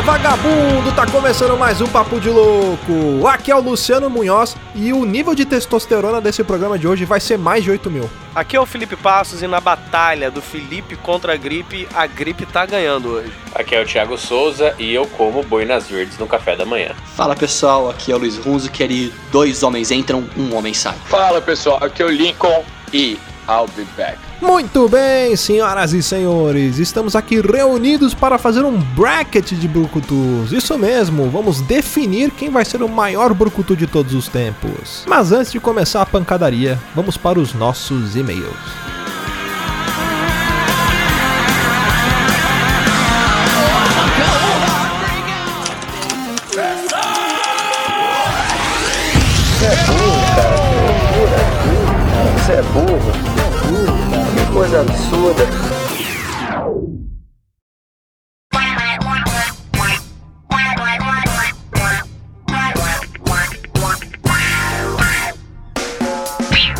vagabundo! Tá começando mais um Papo de Louco! Aqui é o Luciano Munhoz e o nível de testosterona desse programa de hoje vai ser mais de 8 mil. Aqui é o Felipe Passos e na batalha do Felipe contra a gripe, a gripe tá ganhando hoje. Aqui é o Thiago Souza e eu como boinas verdes no café da manhã. Fala pessoal, aqui é o Luiz Runzo, que ali dois homens entram, um homem sai. Fala pessoal, aqui é o Lincoln e I'll be back. Muito bem, senhoras e senhores, estamos aqui reunidos para fazer um bracket de brucutus. Isso mesmo, vamos definir quem vai ser o maior brucutu de todos os tempos. Mas antes de começar a pancadaria, vamos para os nossos e-mails.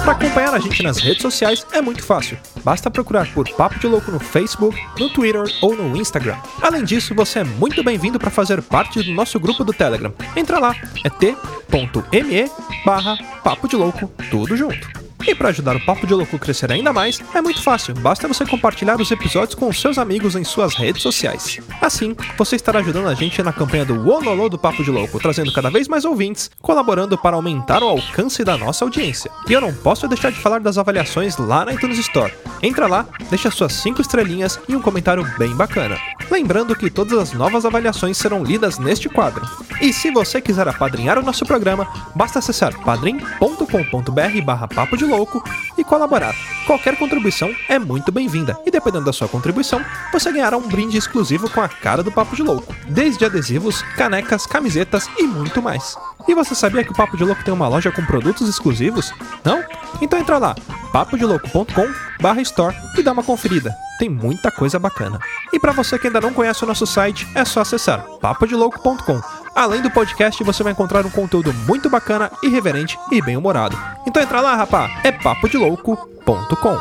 Para acompanhar a gente nas redes sociais é muito fácil. Basta procurar por Papo de Louco no Facebook, no Twitter ou no Instagram. Além disso, você é muito bem-vindo para fazer parte do nosso grupo do Telegram. Entra lá, é t.me barra Papo de Louco, tudo junto. E para ajudar o Papo de Louco a crescer ainda mais, é muito fácil, basta você compartilhar os episódios com os seus amigos em suas redes sociais. Assim, você estará ajudando a gente na campanha do Ololô do Papo de Louco, trazendo cada vez mais ouvintes, colaborando para aumentar o alcance da nossa audiência. E eu não posso deixar de falar das avaliações lá na iTunes Store. Entra lá, deixa suas 5 estrelinhas e um comentário bem bacana. Lembrando que todas as novas avaliações serão lidas neste quadro. E se você quiser apadrinhar o nosso programa, basta acessar padrim.com.br barra papo de louco e colaborar. Qualquer contribuição é muito bem-vinda e dependendo da sua contribuição, você ganhará um brinde exclusivo com a cara do Papo de Louco, desde adesivos, canecas, camisetas e muito mais. E você sabia que o Papo de Louco tem uma loja com produtos exclusivos? Não? Então entra lá, papodelouco.com barra store e dá uma conferida. Tem muita coisa bacana. E para você que ainda não conhece o nosso site, é só acessar papodelouco.com. Além do podcast, você vai encontrar um conteúdo muito bacana, irreverente e bem-humorado. Então entra lá, rapá, é papodelouco.com.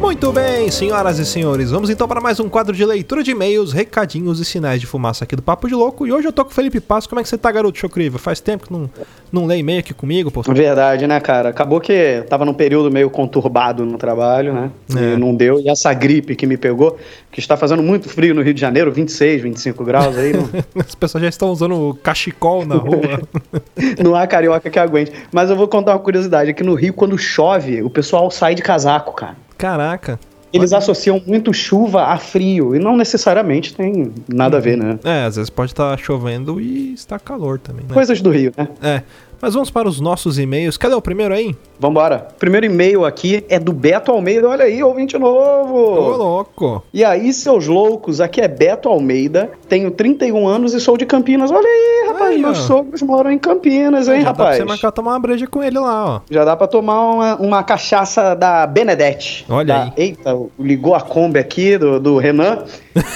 Muito bem, senhoras e senhores, vamos então para mais um quadro de leitura de e-mails, recadinhos e sinais de fumaça aqui do Papo de Louco. E hoje eu tô com o Felipe Passo. Como é que você tá, garoto Chocriva? Faz tempo que não, não lê e-mail aqui comigo, pô. Verdade, né, cara? Acabou que eu tava num período meio conturbado no trabalho, né? É. E não deu. E essa gripe que me pegou, que está fazendo muito frio no Rio de Janeiro, 26, 25 graus aí, não, As pessoas já estão usando o cachecol na rua. não há carioca que aguente. Mas eu vou contar uma curiosidade: aqui no Rio, quando chove, o pessoal sai de casaco, cara. Caraca. Eles associam muito chuva a frio, e não necessariamente tem nada a ver, né? É, às vezes pode estar chovendo e está calor também, né? Coisas do Rio, né? É. Mas vamos para os nossos e-mails. Cadê o primeiro aí? Vambora. Primeiro e-mail aqui é do Beto Almeida. Olha aí, ouvinte Ô, novo. louco. E aí, seus loucos, aqui é Beto Almeida, tenho 31 anos e sou de Campinas. Olha aí, rapaz, Aí, ó. meus sogros moram em Campinas, hein, Já dá pra rapaz? você marcar tomar uma breja com ele lá, ó. Já dá pra tomar uma, uma cachaça da Benedete. Olha Da- aí. Eita, ligou a Kombi aqui do, do Renan,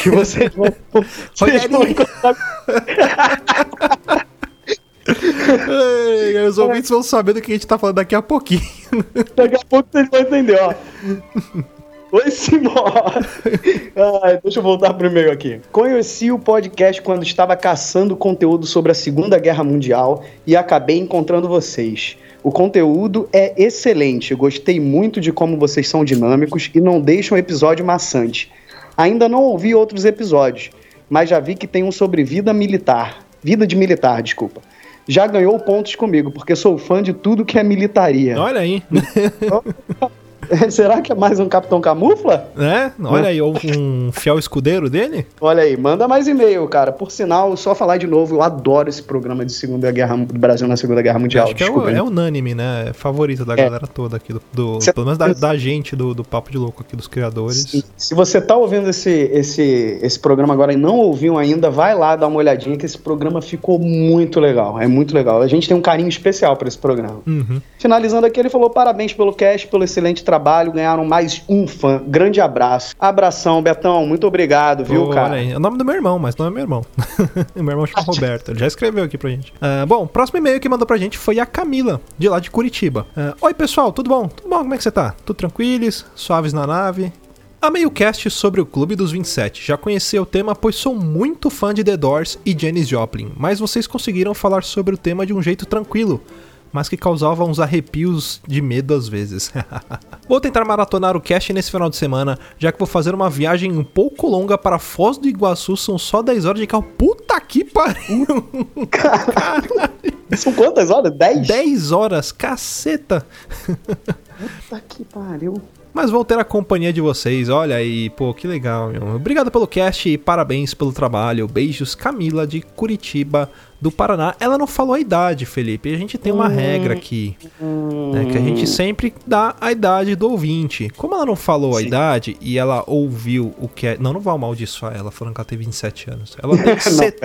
que vocês vão, vocês vão encontrar... Ei, os é ouvintes vão saber do que a gente tá falando daqui a pouquinho. Daqui a pouco vocês vão entender, ó. Oi, Simó! Ai, deixa eu voltar pro e-mail aqui. Conheci o podcast quando estava caçando conteúdo sobre a Segunda Guerra Mundial e acabei encontrando vocês. O conteúdo é excelente, gostei muito de como vocês são dinâmicos e não deixam o episódio maçante. Ainda não ouvi outros episódios, mas já vi que tem um sobre vida militar. Vida de militar, desculpa. Já ganhou pontos comigo, porque sou fã de tudo que é militaria. Olha aí, Será que é mais um Capitão Camufla? né? Olha aí, um fiel escudeiro dele. Olha aí, manda mais e-mail, cara. Por sinal, só falar de novo, eu adoro esse programa de Segunda Guerra do Brasil na Segunda Guerra Mundial. Acho que é, o- Desculpa, é gente. unânime, né? É favorito da galera toda aqui. Do, do- Cê- pelo menos da, da gente, do, do Papo de Louco aqui, dos criadores. Se- Se você tá ouvindo esse, esse, esse programa agora e não ouviu ainda, vai lá dar uma olhadinha que esse programa ficou muito legal. É muito legal. A gente tem um carinho especial pra esse programa. Uhum. Finalizando aqui, ele falou parabéns pelo cast, pelo excelente trabalho, ganharam mais um fã. Grande abraço. Abração, Betão. Muito obrigado, viu, Pô, cara? olha aí. É o nome do meu irmão, mas não é meu irmão. meu irmão chama Roberto. Ele já escreveu aqui pra gente. Ah, bom, próximo e-mail que mandou pra gente foi a Camila, de lá de Curitiba. Ah, Oi, pessoal, tudo bom? Tudo bom? Como é que você tá? Tudo tranquilos? Suaves na nave? Amei o cast sobre o Clube dos 27. Já conheci o tema, pois sou muito fã de The Doors e Janis Joplin, mas vocês conseguiram falar sobre o tema de um jeito tranquilo, mas que causava uns arrepios de medo às vezes. vou tentar maratonar o cast nesse final de semana, já que vou fazer uma viagem um pouco longa para Foz do Iguaçu, são só 10 horas de carro. Puta que pariu! São quantas horas? Dez? 10 horas, caceta! Puta que pariu. Mas vou ter a companhia de vocês, olha aí, pô, que legal, meu. Obrigado pelo cast e parabéns pelo trabalho. Beijos, Camila de Curitiba, do Paraná. Ela não falou a idade, Felipe. A gente tem uma regra aqui, né, que a gente sempre dá a idade do ouvinte. Como ela não falou a idade e ela ouviu o que é... Não, não vou amaldiçoar ela falando que ela tem 27 anos. Ela tem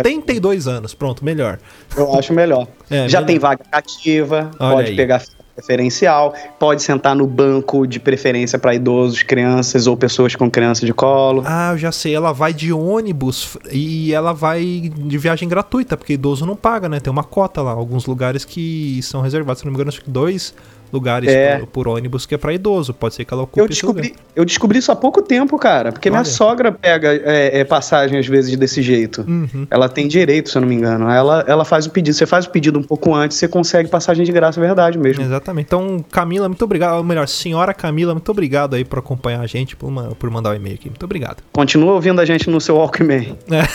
72 anos, pronto, melhor. Eu acho melhor. É, Já melhor. tem vaga cativa, Olha pode aí. pegar fila preferencial, pode sentar no banco de preferência para idosos, crianças ou pessoas com criança de colo. Ah, eu já sei, ela vai de ônibus e ela vai de viagem gratuita, porque idoso não paga, né? Tem uma cota lá, alguns lugares que são reservados, se não me engano, acho que dois lugares É. por, por ônibus que é pra idoso, pode ser que ela ocupe Eu esse descobri, eu descobri isso há pouco tempo, cara, porque minha Olha. sogra pega é, é, passagem às vezes desse jeito. lugar. Uhum. Ela tem direito, se eu não me engano. Ela, ela faz o pedido. Você faz o pedido um pouco antes, você consegue passagem de graça, é verdade mesmo. Exatamente. Então, Camila, muito obrigado. Ou melhor, senhora Camila, muito obrigado aí por acompanhar a gente, por, ma- por mandar o e-mail aqui. Muito obrigado. Continua ouvindo a gente no seu Walkman. É.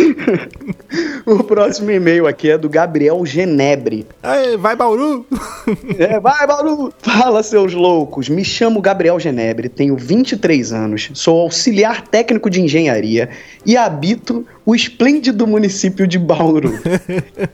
o próximo e-mail aqui é do Gabriel Genebre. Aê, vai, Bauru! É, vai, Bauru! Fala, seus loucos! Me chamo Gabriel Genebre, tenho 23 anos, sou auxiliar técnico de engenharia e habito o esplêndido município de Bauru.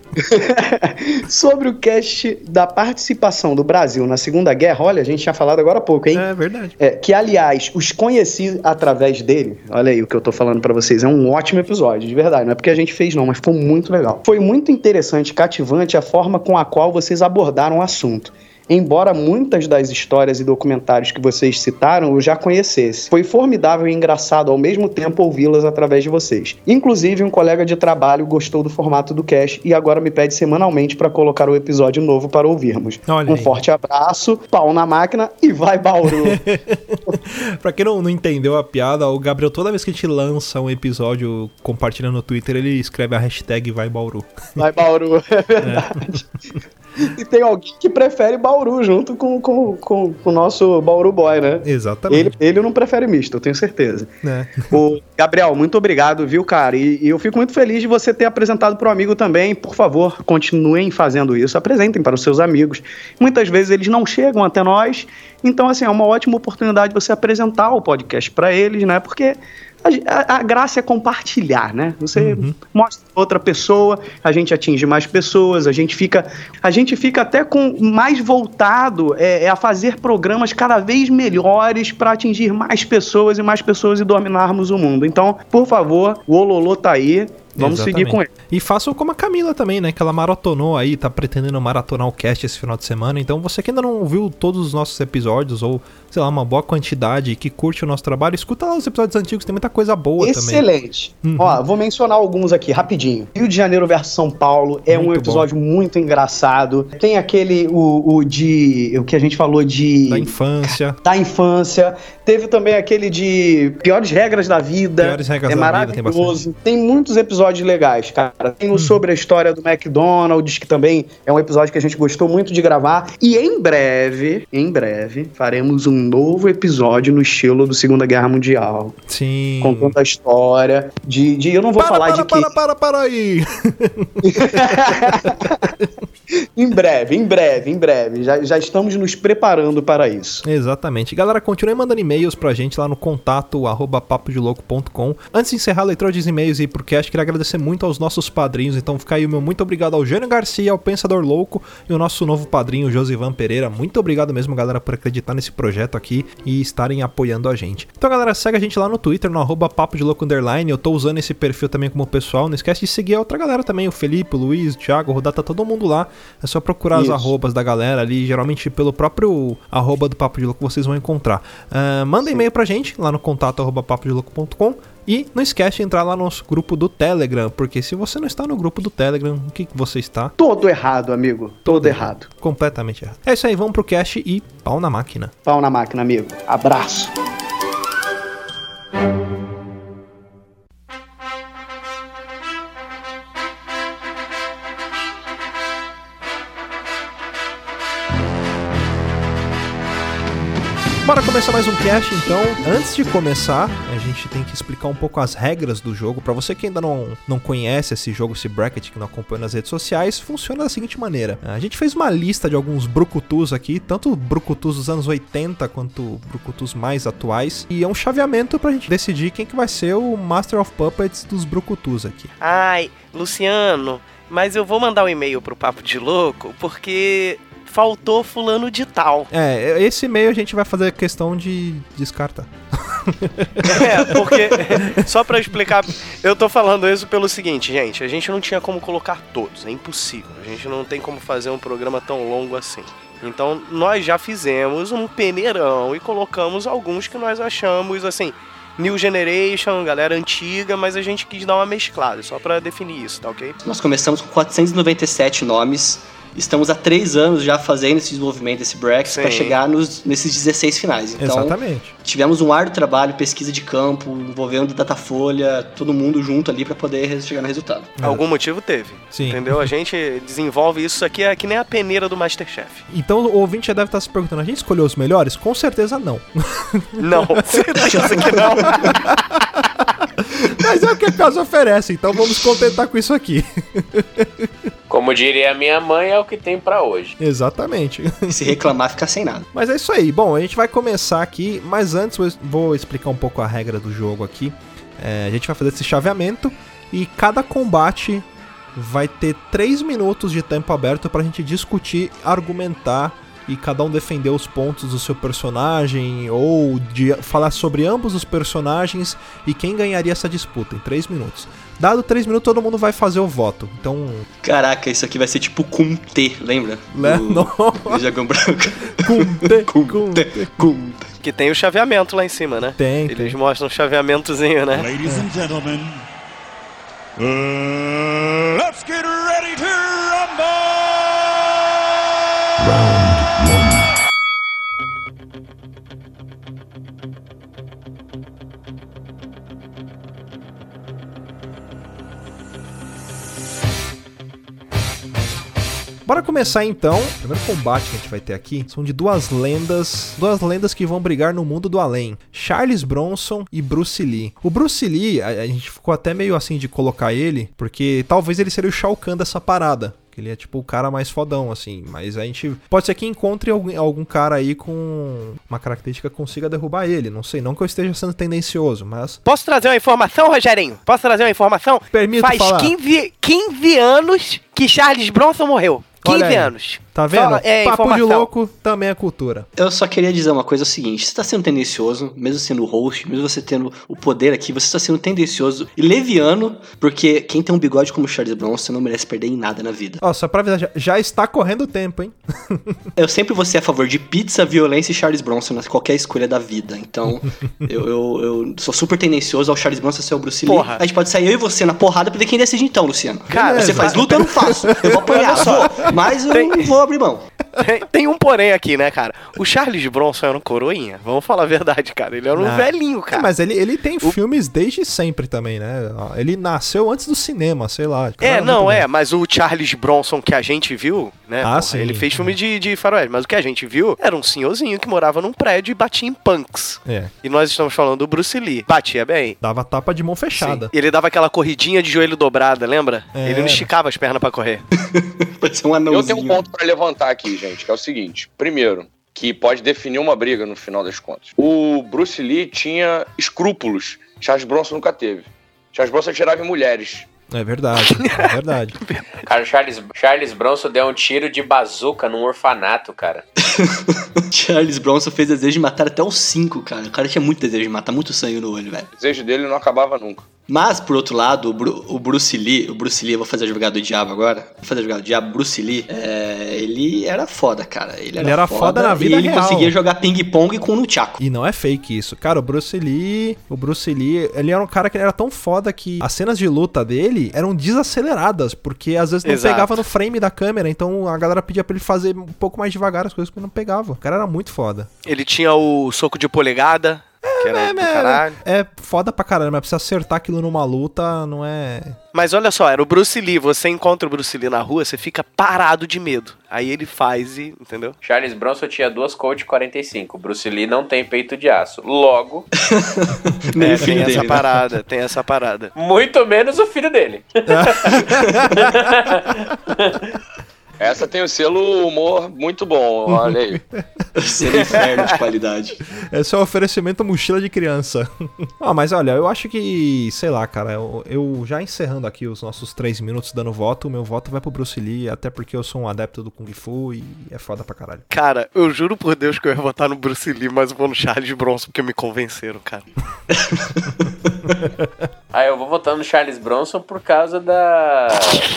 Sobre o cast da participação do Brasil na Segunda Guerra, olha, a gente tinha falado agora há pouco, hein? É verdade. É, que, aliás, os conheci através dele. Olha aí o que eu tô falando pra vocês. É um ótimo episódio, de verdade. Não é porque a gente fez, não, mas ficou muito legal. Foi muito interessante, cativante a forma com a qual vocês abordaram o assunto. Embora muitas das histórias e documentários que vocês citaram eu já conhecesse, foi formidável e engraçado ao mesmo tempo ouvi-las através de vocês. Inclusive, um colega de trabalho gostou do formato do cast e agora me pede semanalmente pra colocar o episódio novo para ouvirmos. Olha um aí. forte abraço, pau na máquina e vai, Bauru! Pra quem não, não entendeu a piada, o Gabriel, toda vez que a gente lança um episódio compartilhando no Twitter, ele escreve a hashtag vai Bauru. Vai Bauru, é verdade. E tem alguém que prefere Bauru junto com, com, com, com o nosso Bauru Boy, né? Ele, Exatamente. ele não prefere misto, eu tenho certeza. né? O Gabriel, muito obrigado, viu, cara? E, e eu fico muito feliz de você ter apresentado para o amigo também. Por favor, continuem fazendo isso. Apresentem para os seus amigos. Muitas vezes eles não chegam até nós. Então, assim, é uma ótima oportunidade você apresentar o podcast para eles, né? Porque a, a- a graça é compartilhar, né? Você mostra pra outra pessoa, a gente atinge mais pessoas, a gente fica, a gente fica até com mais voltado é, é a fazer programas cada vez melhores para atingir mais pessoas e mais pessoas e dominarmos o mundo. Então, por favor, o Ololô tá aí, vamos seguir Exatamente. com ele. E façam como a Camila também, né? Que ela maratonou aí, tá pretendendo maratonar o cast esse final de semana. Então você que ainda não viu todos os nossos episódios, ou sei lá, uma boa quantidade que curte o nosso trabalho, escuta lá os episódios antigos, tem muita coisa boa também. Excelente. Uhum. Ó, vou mencionar alguns aqui rapidinho. Rio de Janeiro versus São Paulo é um Muito episódio muito engraçado. Tem aquele o, o de o que a gente falou de Da infância, da infância. Teve também aquele de piores regras da vida. piores regras é da vida, tem bastante. Hum. maravilhoso. Tem, muitos episódios legais, cara. Tem o sobre a história do McDonald's, que também é um episódio que a gente gostou muito de gravar. E em breve, em breve, faremos um novo episódio no estilo do Segunda Guerra Mundial. Sim. Contando a história de. de eu não vou para, falar para, de que. para, para, para aí! Em breve, em breve, em breve. Já, já estamos nos preparando para isso. Exatamente. Galera, continue mandando e-mails pra gente lá no contato arroba papodelouco.com. Antes de encerrar a leitura de e-mails e porque acho queria agradecer muito aos nossos padrinhos. Então fica aí o meu muito obrigado ao Jânio Garcia, ao Pensador Louco e o nosso novo padrinho, Josivan Pereira. Muito obrigado mesmo, galera, por acreditar nesse projeto aqui e estarem apoiando a gente. Então, galera, segue a gente lá no Twitter, no arroba papo de louco underline. Eu tô usando esse perfil também como pessoal. Não esquece de seguir a outra galera também, o Felipe, o Luiz, o Thiago, o Rodata, todo mundo lá. É É só procurar Isso. as arrobas da galera ali, geralmente pelo próprio arroba do Papo de Louco vocês vão encontrar. Ah, manda e-mail pra gente lá no contato arroba papodelouco.com e não esquece de entrar lá no nosso grupo do Telegram, porque se você não está no grupo do Telegram, o que que você está? Todo errado, amigo. Todo errado. Completamente errado. É isso aí, vamos pro cast e pau na máquina. Pau na máquina, amigo. Abraço. Bora começar mais um cast, então. Antes de começar, a gente tem que explicar um pouco as regras do jogo. Pra você que ainda não, não conhece esse jogo, esse bracket, que não acompanha nas redes sociais, funciona da seguinte maneira. A gente fez uma lista de alguns brucutus aqui, tanto brucutus dos anos 80 quanto brucutus mais atuais, e é um chaveamento pra gente decidir quem que vai ser o Master of Puppets dos brucutus aqui. Ai, Luciano, mas eu vou mandar um e-mail pro Papo de Louco porque faltou fulano de tal. É, esse e-mail a gente vai fazer questão de descartar. É, porque, só pra explicar, eu tô falando isso pelo seguinte, gente, a gente não tinha como colocar todos, é impossível. A gente não tem como fazer um programa tão longo assim. Então, nós já fizemos um peneirão e colocamos alguns que nós achamos, assim, New Generation, galera antiga, mas a gente quis dar uma mesclada, só pra definir isso, tá ok? Nós começamos com 497 nomes. Estamos há três anos já fazendo esse desenvolvimento desse bracket Sim. para chegar nos, nesses 16 finais. Então, Exatamente. tivemos um árduo trabalho, pesquisa de campo, envolvendo Datafolha, todo mundo junto ali para poder res- chegar no resultado. É. Algum motivo teve. Sim. Entendeu? A gente desenvolve isso aqui é que nem a peneira do Masterchef. Então o ouvinte já deve estar se perguntando, a gente escolheu os melhores? Com certeza não. Não, certeza que não. Mas é o que a casa oferece, então vamos contentar com isso aqui. Como diria minha mãe, é o que tem pra hoje. Exatamente. E se reclamar, ficar sem nada. Mas é isso aí. Bom, a gente vai começar aqui, mas antes eu vou explicar um pouco a regra do jogo aqui. É, a gente vai fazer esse chaveamento e cada combate vai ter 3 minutos de tempo aberto pra gente discutir, argumentar e cada um defender os pontos do seu personagem ou de falar sobre ambos os personagens e quem ganharia essa disputa em 3 minutos. Dado 3 minutos, todo mundo vai fazer o voto. Então, Caraca, isso aqui vai ser tipo Kumte, lembra? né? Do- Não. do Dragão Branco. Kumte, Kumte, kumte. Kumte. Que tem o chaveamento lá em cima, né? Tem, tem. Eles mostram o chaveamentozinho, né? Ladies and gentlemen, uh, let's get ready to rumble! Bora começar então. O primeiro combate que a gente vai ter aqui são de duas lendas, duas lendas que vão brigar no mundo do além: Charles Bronson e Bruce Lee. O Bruce Lee, a, a gente ficou até meio assim de colocar ele, porque talvez ele seria o Shao Kahn dessa parada. que Ele é tipo o cara mais fodão, assim. Mas a gente. Pode ser que encontre algum, algum cara aí com uma característica que consiga derrubar ele. Não sei, não que eu esteja sendo tendencioso, mas. Posso trazer uma informação, Rogerinho? Posso trazer uma informação? Permito Faz falar. 15, 15 anos que Charles Bronson morreu. 15 Olha aí. anos. Tá vendo? Só, é, Papo de informação. louco também é cultura. Eu só queria dizer uma coisa, é o seguinte, você tá sendo tendencioso, mesmo sendo o host, mesmo você tendo o poder aqui, você tá sendo tendencioso e leviano, porque quem tem um bigode como Charles Bronson não merece perder em nada na vida. Ó, só pra avisar, já, já está correndo o tempo, hein? Eu sempre vou ser a favor de pizza, violência e Charles Bronson na qualquer escolha da vida. Então, eu, eu- eu sou super tendencioso ao Charles Bronson ser o Bruce Lee. Porra. A gente pode sair eu e você na porrada pra ver quem decide então, Luciano. Cara, beleza. você faz luta, eu não faço. Eu vou apanhar, vou, mas eu não vou abrir mão. Tem, tem um porém aqui, né, cara? O Charles Bronson era um coroinha. Vamos falar a verdade, cara. Ele era um Ah. velhinho, É, cara. mas ele, ele tem filmes desde sempre também, né? Ele nasceu antes do cinema, sei lá. É, Era não, muito é, bom. mas o Charles Bronson que a gente viu, né? Ah, sim. Ele fez filme de, de faroeste, mas o que a gente viu era um senhorzinho que morava num prédio e batia em punks. É, E nós estamos falando do Bruce Lee. Batia bem. dava tapa de mão Sim. fechada. Ele dava aquela corridinha de joelho dobrada, lembra? É. Ele não esticava as pernas pra correr. Pode ser um anãozinho. Eu tenho um ponto pra levantar aqui, gente, que é o seguinte. Primeiro, que pode definir uma briga no final das contas. O Bruce Lee tinha escrúpulos. Charles Bronson nunca teve. Charles Bronson atirava em mulheres. É verdade, é verdade. Cara, o Charles, Charles Bronson deu um tiro de bazuca num orfanato, cara. Charles Bronson fez desejo de matar até os cinco, cara. O cara tinha muito desejo de matar, muito sangue no olho, velho. O desejo dele não acabava nunca. Mas, por outro lado, o, Bru- o Bruce Lee, o Bruce Lee, eu vou fazer a jogada do diabo agora. Vou fazer a jogada do diabo. Bruce Lee, é, ele era foda, cara. Ele era, Ele era foda na vida e ele real. conseguia jogar ping-pong com o Nunchaku. E não é fake isso. Cara, o Bruce Lee, o Bruce Lee, ele era um cara que ele era tão foda que as cenas de luta dele eram desaceleradas, porque às vezes não Exato. pegava no frame da câmera, então a galera pedia pra ele fazer um pouco mais devagar as coisas que não pegava. O cara era muito foda. Ele tinha o soco de polegada, que era É, do mas- caralho. é foda pra caralho, mas pra você acertar aquilo numa luta não é. Mas olha só, era o Bruce Lee. Você encontra o Bruce Lee na rua, você fica parado de medo. Aí ele faz e. Entendeu? Charles Bronson tinha duas Colt 45. Bruce Lee não tem peito de aço. Logo, Meio É, filho tem dele, essa né? parada, tem essa parada. muito menos o filho dele. Essa tem o selo humor muito bom, olha aí. Ser um inferno de qualidade. Esse é o oferecimento mochila de criança. ah, mas olha, eu acho que, sei lá, cara, eu, eu já encerrando aqui os nossos três minutos dando voto, o meu voto vai pro Bruce Lee, até porque eu sou um adepto do Kung Fu e é foda pra caralho. Cara, eu juro por Deus que eu ia votar no Bruce Lee, mas eu vou no Charles Bronson porque me convenceram, cara. Aí Ah, eu vou votar no Charles Bronson por causa da,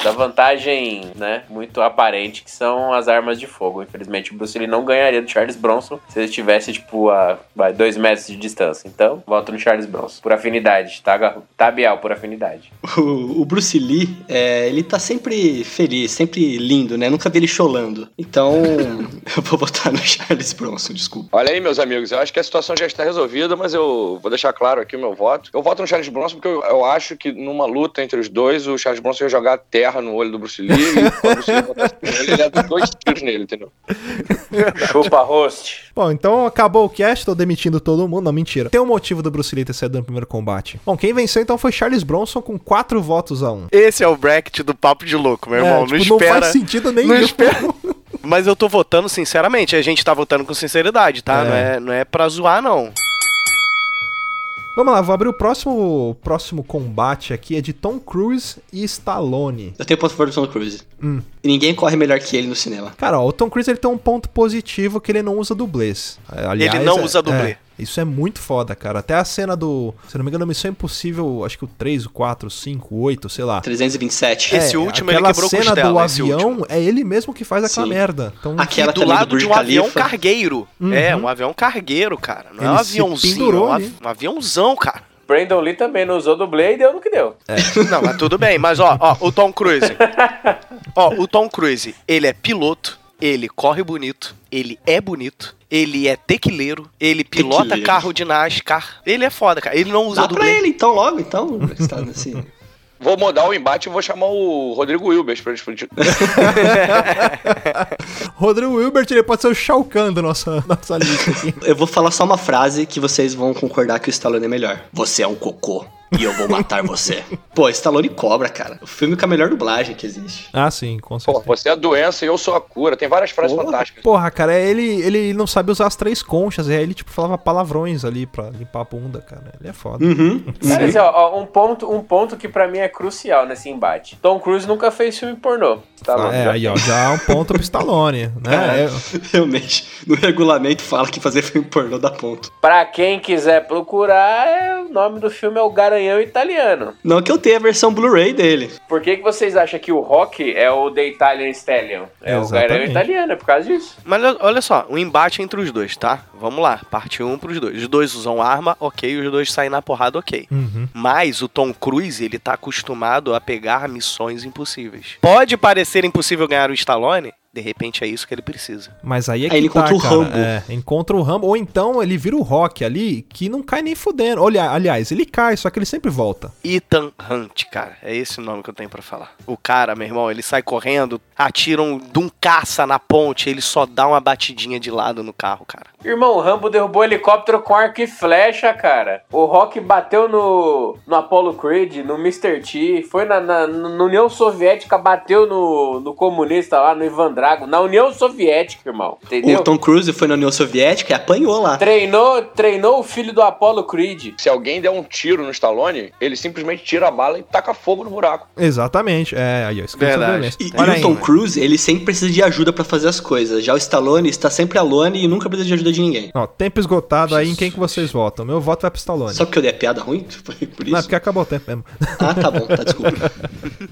da vantagem, né, muito aparente que são as armas de fogo. Infelizmente, o Bruce Lee não ganharia do Charles Bronson se ele estivesse, tipo, a vai, dois metros de distância. Então, voto no Charles Bronson. Por afinidade, tá? Garro? Tabial, por afinidade. O, o Bruce Lee, é, ele tá sempre feliz, sempre lindo, né? Nunca vi ele chorando. Então, eu vou votar no Charles Bronson, desculpa. Olha aí, meus amigos, eu acho que a situação já está resolvida, mas eu vou deixar claro aqui o meu voto. Eu voto no Charles Bronson porque eu, eu acho que numa luta entre os dois, o Charles Bronson ia jogar terra no olho do Bruce Lee e quando o Bruce Lee botasse no olho, ele ia dar dois tiros nele, entendeu? Chupa host. Bom, então acabou o cast, tô demitindo todo mundo. Não, mentira. Tem um motivo do Bruce Lee ter saído no primeiro combate. Bom, quem venceu então foi Charles Bronson com 4 votos a 1. Esse é o bracket do papo de louco, meu irmão. É, tipo, não espera. faz sentido nenhum. não espera. Mas eu tô votando sinceramente, a gente tá votando com sinceridade, tá? É. Não, é, não é pra zoar, não. Vamos lá, vou abrir o próximo, o próximo combate aqui. É de Tom Cruise e Stallone. Eu tenho ponto a favor do Tom Cruise. Hum. Ninguém corre melhor que ele no cinema. Cara, ó, o Tom Cruise ele tem um ponto positivo que ele não usa dublês. É, Aliás, Ele não é- usa dublê. é, isso é muito foda, cara. Até a cena do. Se não me engano, Missão Impossível, acho que o 3, o 4, o 5, o 8, sei lá. É, 327. Esse último, ele aquela quebrou cena costela, do esse avião é ele mesmo que faz aquela Sim. merda. Então, Aquela e do também é lado do Burj de um avião Khalifa. cargueiro. Uhum. É, um avião cargueiro, cara. Não é um Ele se aviãozinho, é pendurou né? um, ali. avi- um aviãozão, cara. Brandon Lee também não usou dublê e deu no que deu. Não, mas tudo bem, mas ó, ó, o Tom Cruise. Ó, o Tom Cruise, ele é piloto, ele corre bonito, ele é bonito, ele é tequileiro, ele pilota Tequileiro. carro de NASCAR. Ele é foda, cara. Ele não usa Dá pra dublê. ele, então, logo, então. está nesse- Vou mudar o embate e vou chamar o Rodrigo Wilbers pra ele explodir. Rodrigo Wilbert, ele pode ser o Shao Kahn da nossa, nossa lista aqui. Eu vou falar só uma frase que vocês vão concordar que o Stallone é melhor. Você é um cocô e eu vou matar você. Pô, Stallone cobra, cara. O filme com a melhor dublagem que existe. ah, sim, com Pô, certeza. você é a doença e eu sou a cura. Tem várias frases fantásticas. Porra, cara, é ele, ele não sabe usar as três conchas, e aí ele, tipo, falava palavrões ali pra limpar a bunda, cara. Ele é foda. Uhum. Cara, é assim, ó, ó, um, ponto, um ponto que pra mim é crucial nesse embate. Tom Cruise nunca fez filme pornô. Tá bom. é, aí, ó, já é um ponto pro Stallone, né? É, Realmente, no regulamento fala que fazer filme pornô dá ponto. Pra quem quiser procurar, é- o nome do filme é O Garanhão Italiano. Não que eu tenha a versão Blu-ray dele. Por que, que vocês acham que o Rock é o The Italian Stallion? É o Exatamente. Garanhão Italiano, é por causa disso. Mas olha- olha só, um embate entre os dois, tá? Vamos lá, parte 1 um pros dois. Os dois usam arma, ok. Os dois saem na porrada, ok. Uhum. Mas o Tom Cruise, ele tá acostumado a pegar missões impossíveis. Pode parecer impossível ganhar o Stallone, de repente é isso que ele precisa. Mas aí é Aí que ele tá, encontra o cara. Rambo. É, encontra o Rambo. Ou então ele vira o Rock ali, que não cai nem fudendo. Olha, aliás, ele cai, só que ele sempre volta. Ethan Hunt, cara. É esse o nome que eu tenho pra falar. O cara, meu irmão, ele sai correndo, atiram de um caça na ponte, ele só dá uma batidinha de lado no carro, cara. Irmão, o Rambo derrubou o helicóptero com arco e flecha, cara. O Rock bateu no, no Apollo Creed, no Mr. T, foi na, na- na União Soviética, bateu no, no comunista lá, no Ivan Drago na União Soviética, irmão. Entendeu? O Tom Cruise foi na União Soviética e apanhou lá. Treinou, treinou o filho do Apollo Creed. Se alguém der um tiro no Stallone, ele simplesmente tira a bala e taca fogo no buraco. Exatamente. É, aí, ó. escreveu sobre Verdade. isso. E, e Olha Tá aí, né? o Tom mano. Cruise, ele sempre precisa de ajuda pra fazer as coisas. Já o Stallone está sempre alone e nunca precisa de ajuda de ninguém. Ó, tempo esgotado aí, em quem que vocês votam? Meu voto vai pro Stallone. Só porque eu dei a piada ruim? Foi por Não, é isso? porque acabou o tempo mesmo. Ah, tá bom, tá, desculpa.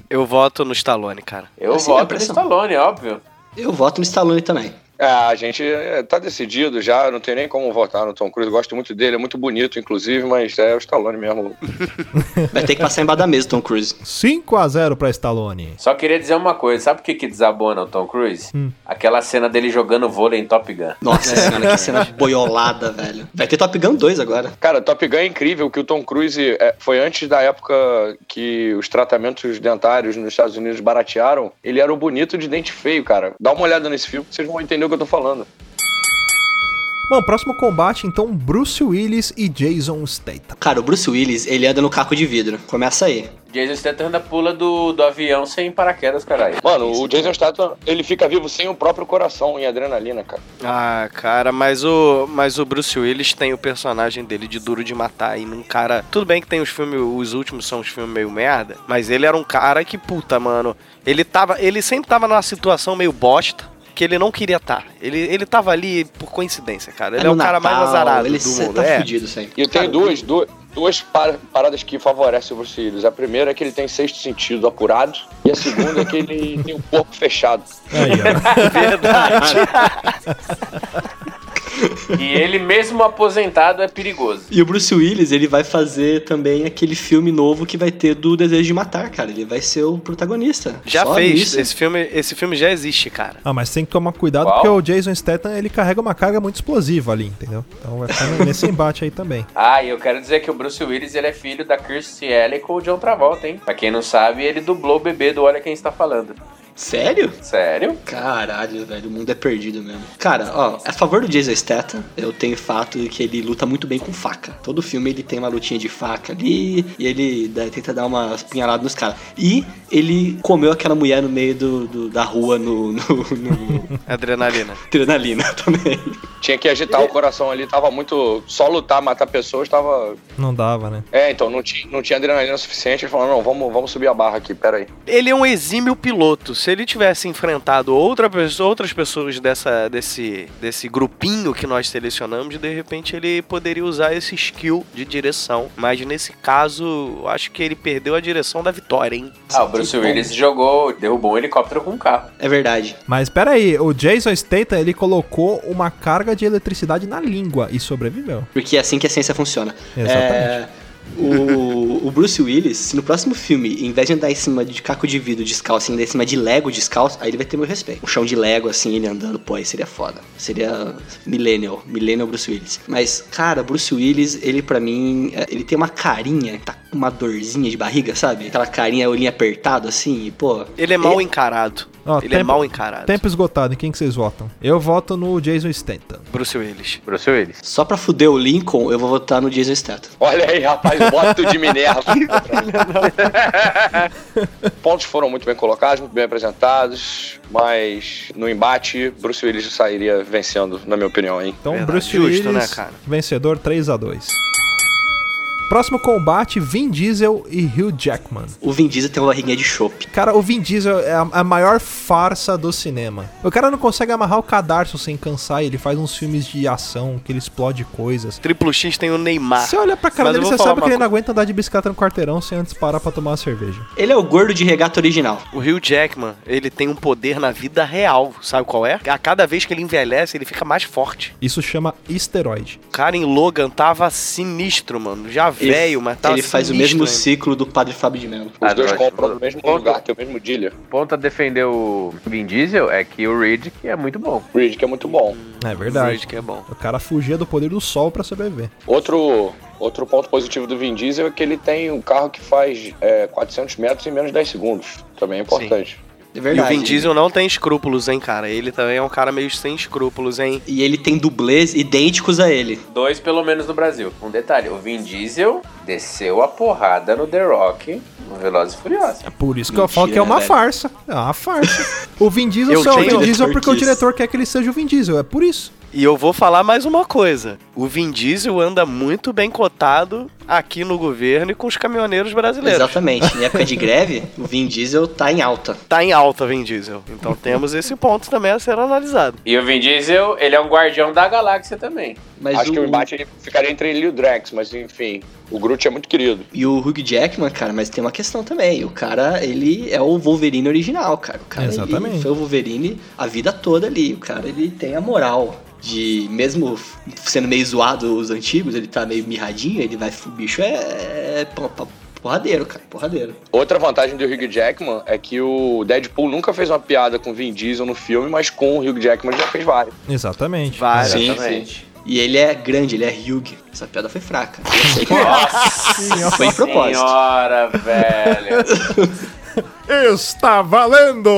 Eu voto no Stallone, cara. Eu Assim, a voto no pressão. Stallone, é óbvio. Eu voto no Stallone também. É, a gente é, tá decidido já, não tem nem como votar no Tom Cruise. eu Gosto muito dele, é muito bonito, inclusive, mas é o Stallone mesmo. Vai ter que passar embaixo da mesa, Tom Cruise. 5x0 pra Stallone. Só queria dizer uma coisa, sabe o que que desabona o Tom Cruise? Aquela cena dele jogando vôlei em Top Gun. Nossa senhora, que cena boiolada, velho. Vai ter Top Gun 2 agora. Cara, Top Gun é incrível que o Tom Cruise é, foi antes da época que os tratamentos dentários nos Estados Unidos baratearam. Ele era o bonito de dente feio, cara. Dá uma olhada nesse filme que vocês vão entender o que eu tô falando. Bom, próximo combate, então, Bruce Willis e Jason Statham. Cara, o Bruce Willis, ele anda no caco de vidro. Começa aí. Jason Statham ainda tá pula do, do avião sem paraquedas, caralho. Mano, o Jason Statham, ele fica vivo sem o próprio coração em adrenalina, cara. Ah, cara, mas o, mas o Bruce Willis tem o personagem dele de duro de matar e num cara. Tudo bem que tem os filmes, os últimos são os filmes meio merda, mas ele era um cara que, puta, mano, ele tava. Ele sempre tava numa situação meio bosta. Que ele não queria estar. Ele, ele tava ali por coincidência, cara. Ele é, no o cara mais Natal, azarado ele do cê mundo. tá é. fudido sempre. E eu tenho duas, duas, duas par- paradas que favorecem o Bruce Willis. A primeira é que ele tem sexto sentido apurado, e a segunda é que ele tem o corpo fechado. Aí, ó. E ele mesmo aposentado é perigoso. E o Bruce Willis, ele vai fazer também aquele filme novo que vai ter do Desejo de Matar, cara. Ele vai ser o protagonista. Já Só fez. nisso. Esse filme, esse filme já existe, cara. Ah, mas tem que tomar cuidado Qual? porque o Jason Statham ele carrega uma carga muito explosiva ali, entendeu? Então vai ficar nesse embate aí também. Ah, e eu quero dizer que o Bruce Willis ele é filho da Kirstie Alley com o John Travolta, hein? Pra quem não sabe, ele dublou o bebê do Olha Quem Está Falando. Sério? Sério? Caralho, velho, o mundo é perdido mesmo. Cara, ó, é a favor do Jason Statham, eu tenho o fato de que ele luta muito bem com faca. Todo filme ele tem uma lutinha de faca ali e ele dá- tenta dar uma punhalada nos caras. E ele comeu aquela mulher no meio do, do- da rua no, no, no Adrenalina. adrenalina também. Tinha que agitar o coração ali, tava muito. Só lutar, matar pessoas, tava. Não dava, né? É, então, não tinha, não tinha adrenalina suficiente. Ele falou: não, vamos, vamos subir a barra aqui, peraí. Ele é um exímio piloto. Se ele tivesse enfrentado outra pessoa, outras pessoas dessa, desse, desse grupinho que nós selecionamos, de repente ele poderia usar esse skill de direção. Mas nesse caso, eu acho que ele perdeu a direção da vitória, hein? Ah, o Bruce Willis jogou, derrubou um helicóptero com um carro. É verdade. Mas pera aí, o Jason Statham ele colocou uma carga de eletricidade na língua e sobreviveu. Porque é assim que a ciência funciona. Exatamente. É, o, o Bruce Willis, se no próximo filme, em vez de andar em cima de caco de vidro descalço, ele andar em cima de Lego descalço, aí ele vai ter meu respeito. Um chão de Lego, assim, ele andando, pô, aí seria foda. Seria Millennial, Millennial Bruce Willis. Mas, cara, Bruce Willis, ele pra mim, é, ele tem uma carinha, tá com uma dorzinha de barriga, sabe? Aquela carinha, olhinho apertado, assim, e, pô... Ele é mal encarado. Ó, ele é tempo- mal encarado. Tempo esgotado, em quem que vocês votam? Eu voto no Jason Statham. Bruce Willis. Bruce Willis. Só pra fuder o Lincoln, eu vou votar no Jason Statham. Olha aí, rapaz, voto de Minerva. Pontos foram muito bem colocados, muito bem apresentados, mas no embate, Bruce Willis sairia vencendo, na minha opinião, hein? Então, Verdade. Bruce Justo, Willis, né, cara? vencedor 3 a 2 Próximo combate, Vin Diesel e Hugh Jackman. O Vin Diesel tem uma barriguinha de chope. Cara, o Vin Diesel é a, a maior farsa do cinema. O cara não consegue amarrar o cadarço sem cansar, e ele faz uns filmes de ação que ele explode coisas. Triplo X tem o Neymar. Você olha pra cara Ah, Mas eu dele, vou você falar sabe uma que ele co- não aguenta andar de bicicleta no quarteirão sem antes parar pra tomar uma cerveja. Ele é o gordo de regata original. O Hugh Jackman, ele tem um poder na vida real, sabe qual é? A cada vez que ele envelhece, ele fica mais forte. Isso chama esteroide. O cara em Logan tava sinistro, mano. Já Ele- velho, mas tava Ele faz o sinistro mesmo ainda. ciclo do Padre Fábio de Mello. Os Ah, dois não, compram acho- no mesmo ponto- lugar, tem o mesmo dealer. Ponto a defender o Vin Diesel é que o Reed que é muito bom. Reed, que é muito bom. É verdade. Reed que é bom. O cara fugia do poder do sol pra sobreviver. Outro, outro ponto positivo do Vin Diesel é que ele tem um carro que faz é, 400 metros em menos de 10 segundos. Também é importante. É E o verdade. Vin Diesel não tem escrúpulos, hein, cara? Ele também é um cara meio sem escrúpulos, hein? E ele tem dublês idênticos a ele. Dois, pelo menos, no Brasil. Um detalhe, o Vin Diesel desceu a porrada no The Rock no Velozes e Furiosos. É por isso que eu falo Mentira, que é uma velho. farsa. É uma farsa. O Vin Diesel Eu só é o tinha Vin Diesel diretor porque o quis. diretor quer que ele seja o Vin Diesel. É por isso. E eu vou falar mais uma coisa. O Vin Diesel anda muito bem cotado aqui no governo e com os caminhoneiros brasileiros. Exatamente. Em época de greve, o Vin Diesel tá em alta. Tá em alta, Vin Diesel. Então temos esse ponto também a ser analisado. E o Vin Diesel, ele é um guardião da galáxia também. Mas Acho o, que é o embate ele ficaria entre ele e o Drax, mas enfim, o Groot é muito querido. E o Hugh Jackman, cara, mas tem uma questão também. O cara, ele é o Wolverine original, cara. O cara Exatamente. Ele foi o Wolverine a vida toda ali. O cara, ele tem a moral de, mesmo f- sendo meio zoado os antigos, ele tá meio mirradinho, ele vai. O bicho é. é pô- pô- porradeiro, cara, porradeiro. Outra vantagem do Hugh Jackman é que o Deadpool nunca fez uma piada com o Vin Diesel no filme, mas com o Hugh Jackman ele já fez várias. Exatamente. Várias. É. Sim, Exatamente. E ele é grande, ele é Hugh. Essa piada foi fraca. Eu sei que foi de propósito. Senhora, velho. Está valendo!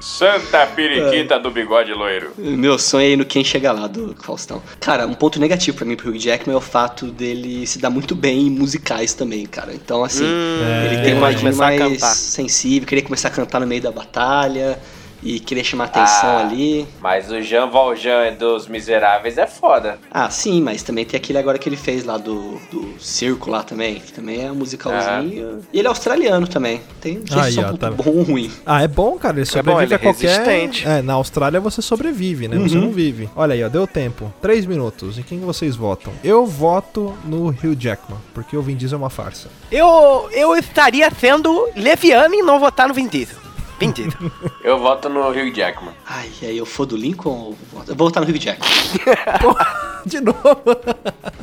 Santa É. periquita do bigode loiro. Meu sonho é ir no Quem Chega Lá do Faustão. Cara, um ponto negativo pra mim pro Hugh Jackman é o fato dele se dar muito bem em musicais também, cara. Então, assim, É. ele tem Hum. ele uma vai vida começar a mais cantar. sensível, querer começar a cantar no meio da batalha e querer chamar atenção Ah. ali. Mas o Jean Valjean dos Miseráveis é foda. Ah, sim, mas também tem aquele agora que ele fez lá do, do circo lá também, que também é um Ah. musicalzinho. E ele é australiano também. Tem não sei Aí, se isso é ó, um tá ponto bom ou ruim. Ah, é bom, cara. Ele sobrevive bom, ele a é qualquer. resistente. É, na Austrália você sobrevive, né? Você Uhum. não vive. Olha aí, ó, deu tempo. Três minutos. Em quem vocês votam? Eu voto no Hugh Jackman, porque o Vin Diesel é uma farsa. Eu, eu estaria sendo leviano e não votar no Vin Diesel. Vin Diesel. Eu voto no Hugh Jackman. Ai, e aí eu for do Lincoln ou voto? Eu vou votar no Hugh Jackman. De novo.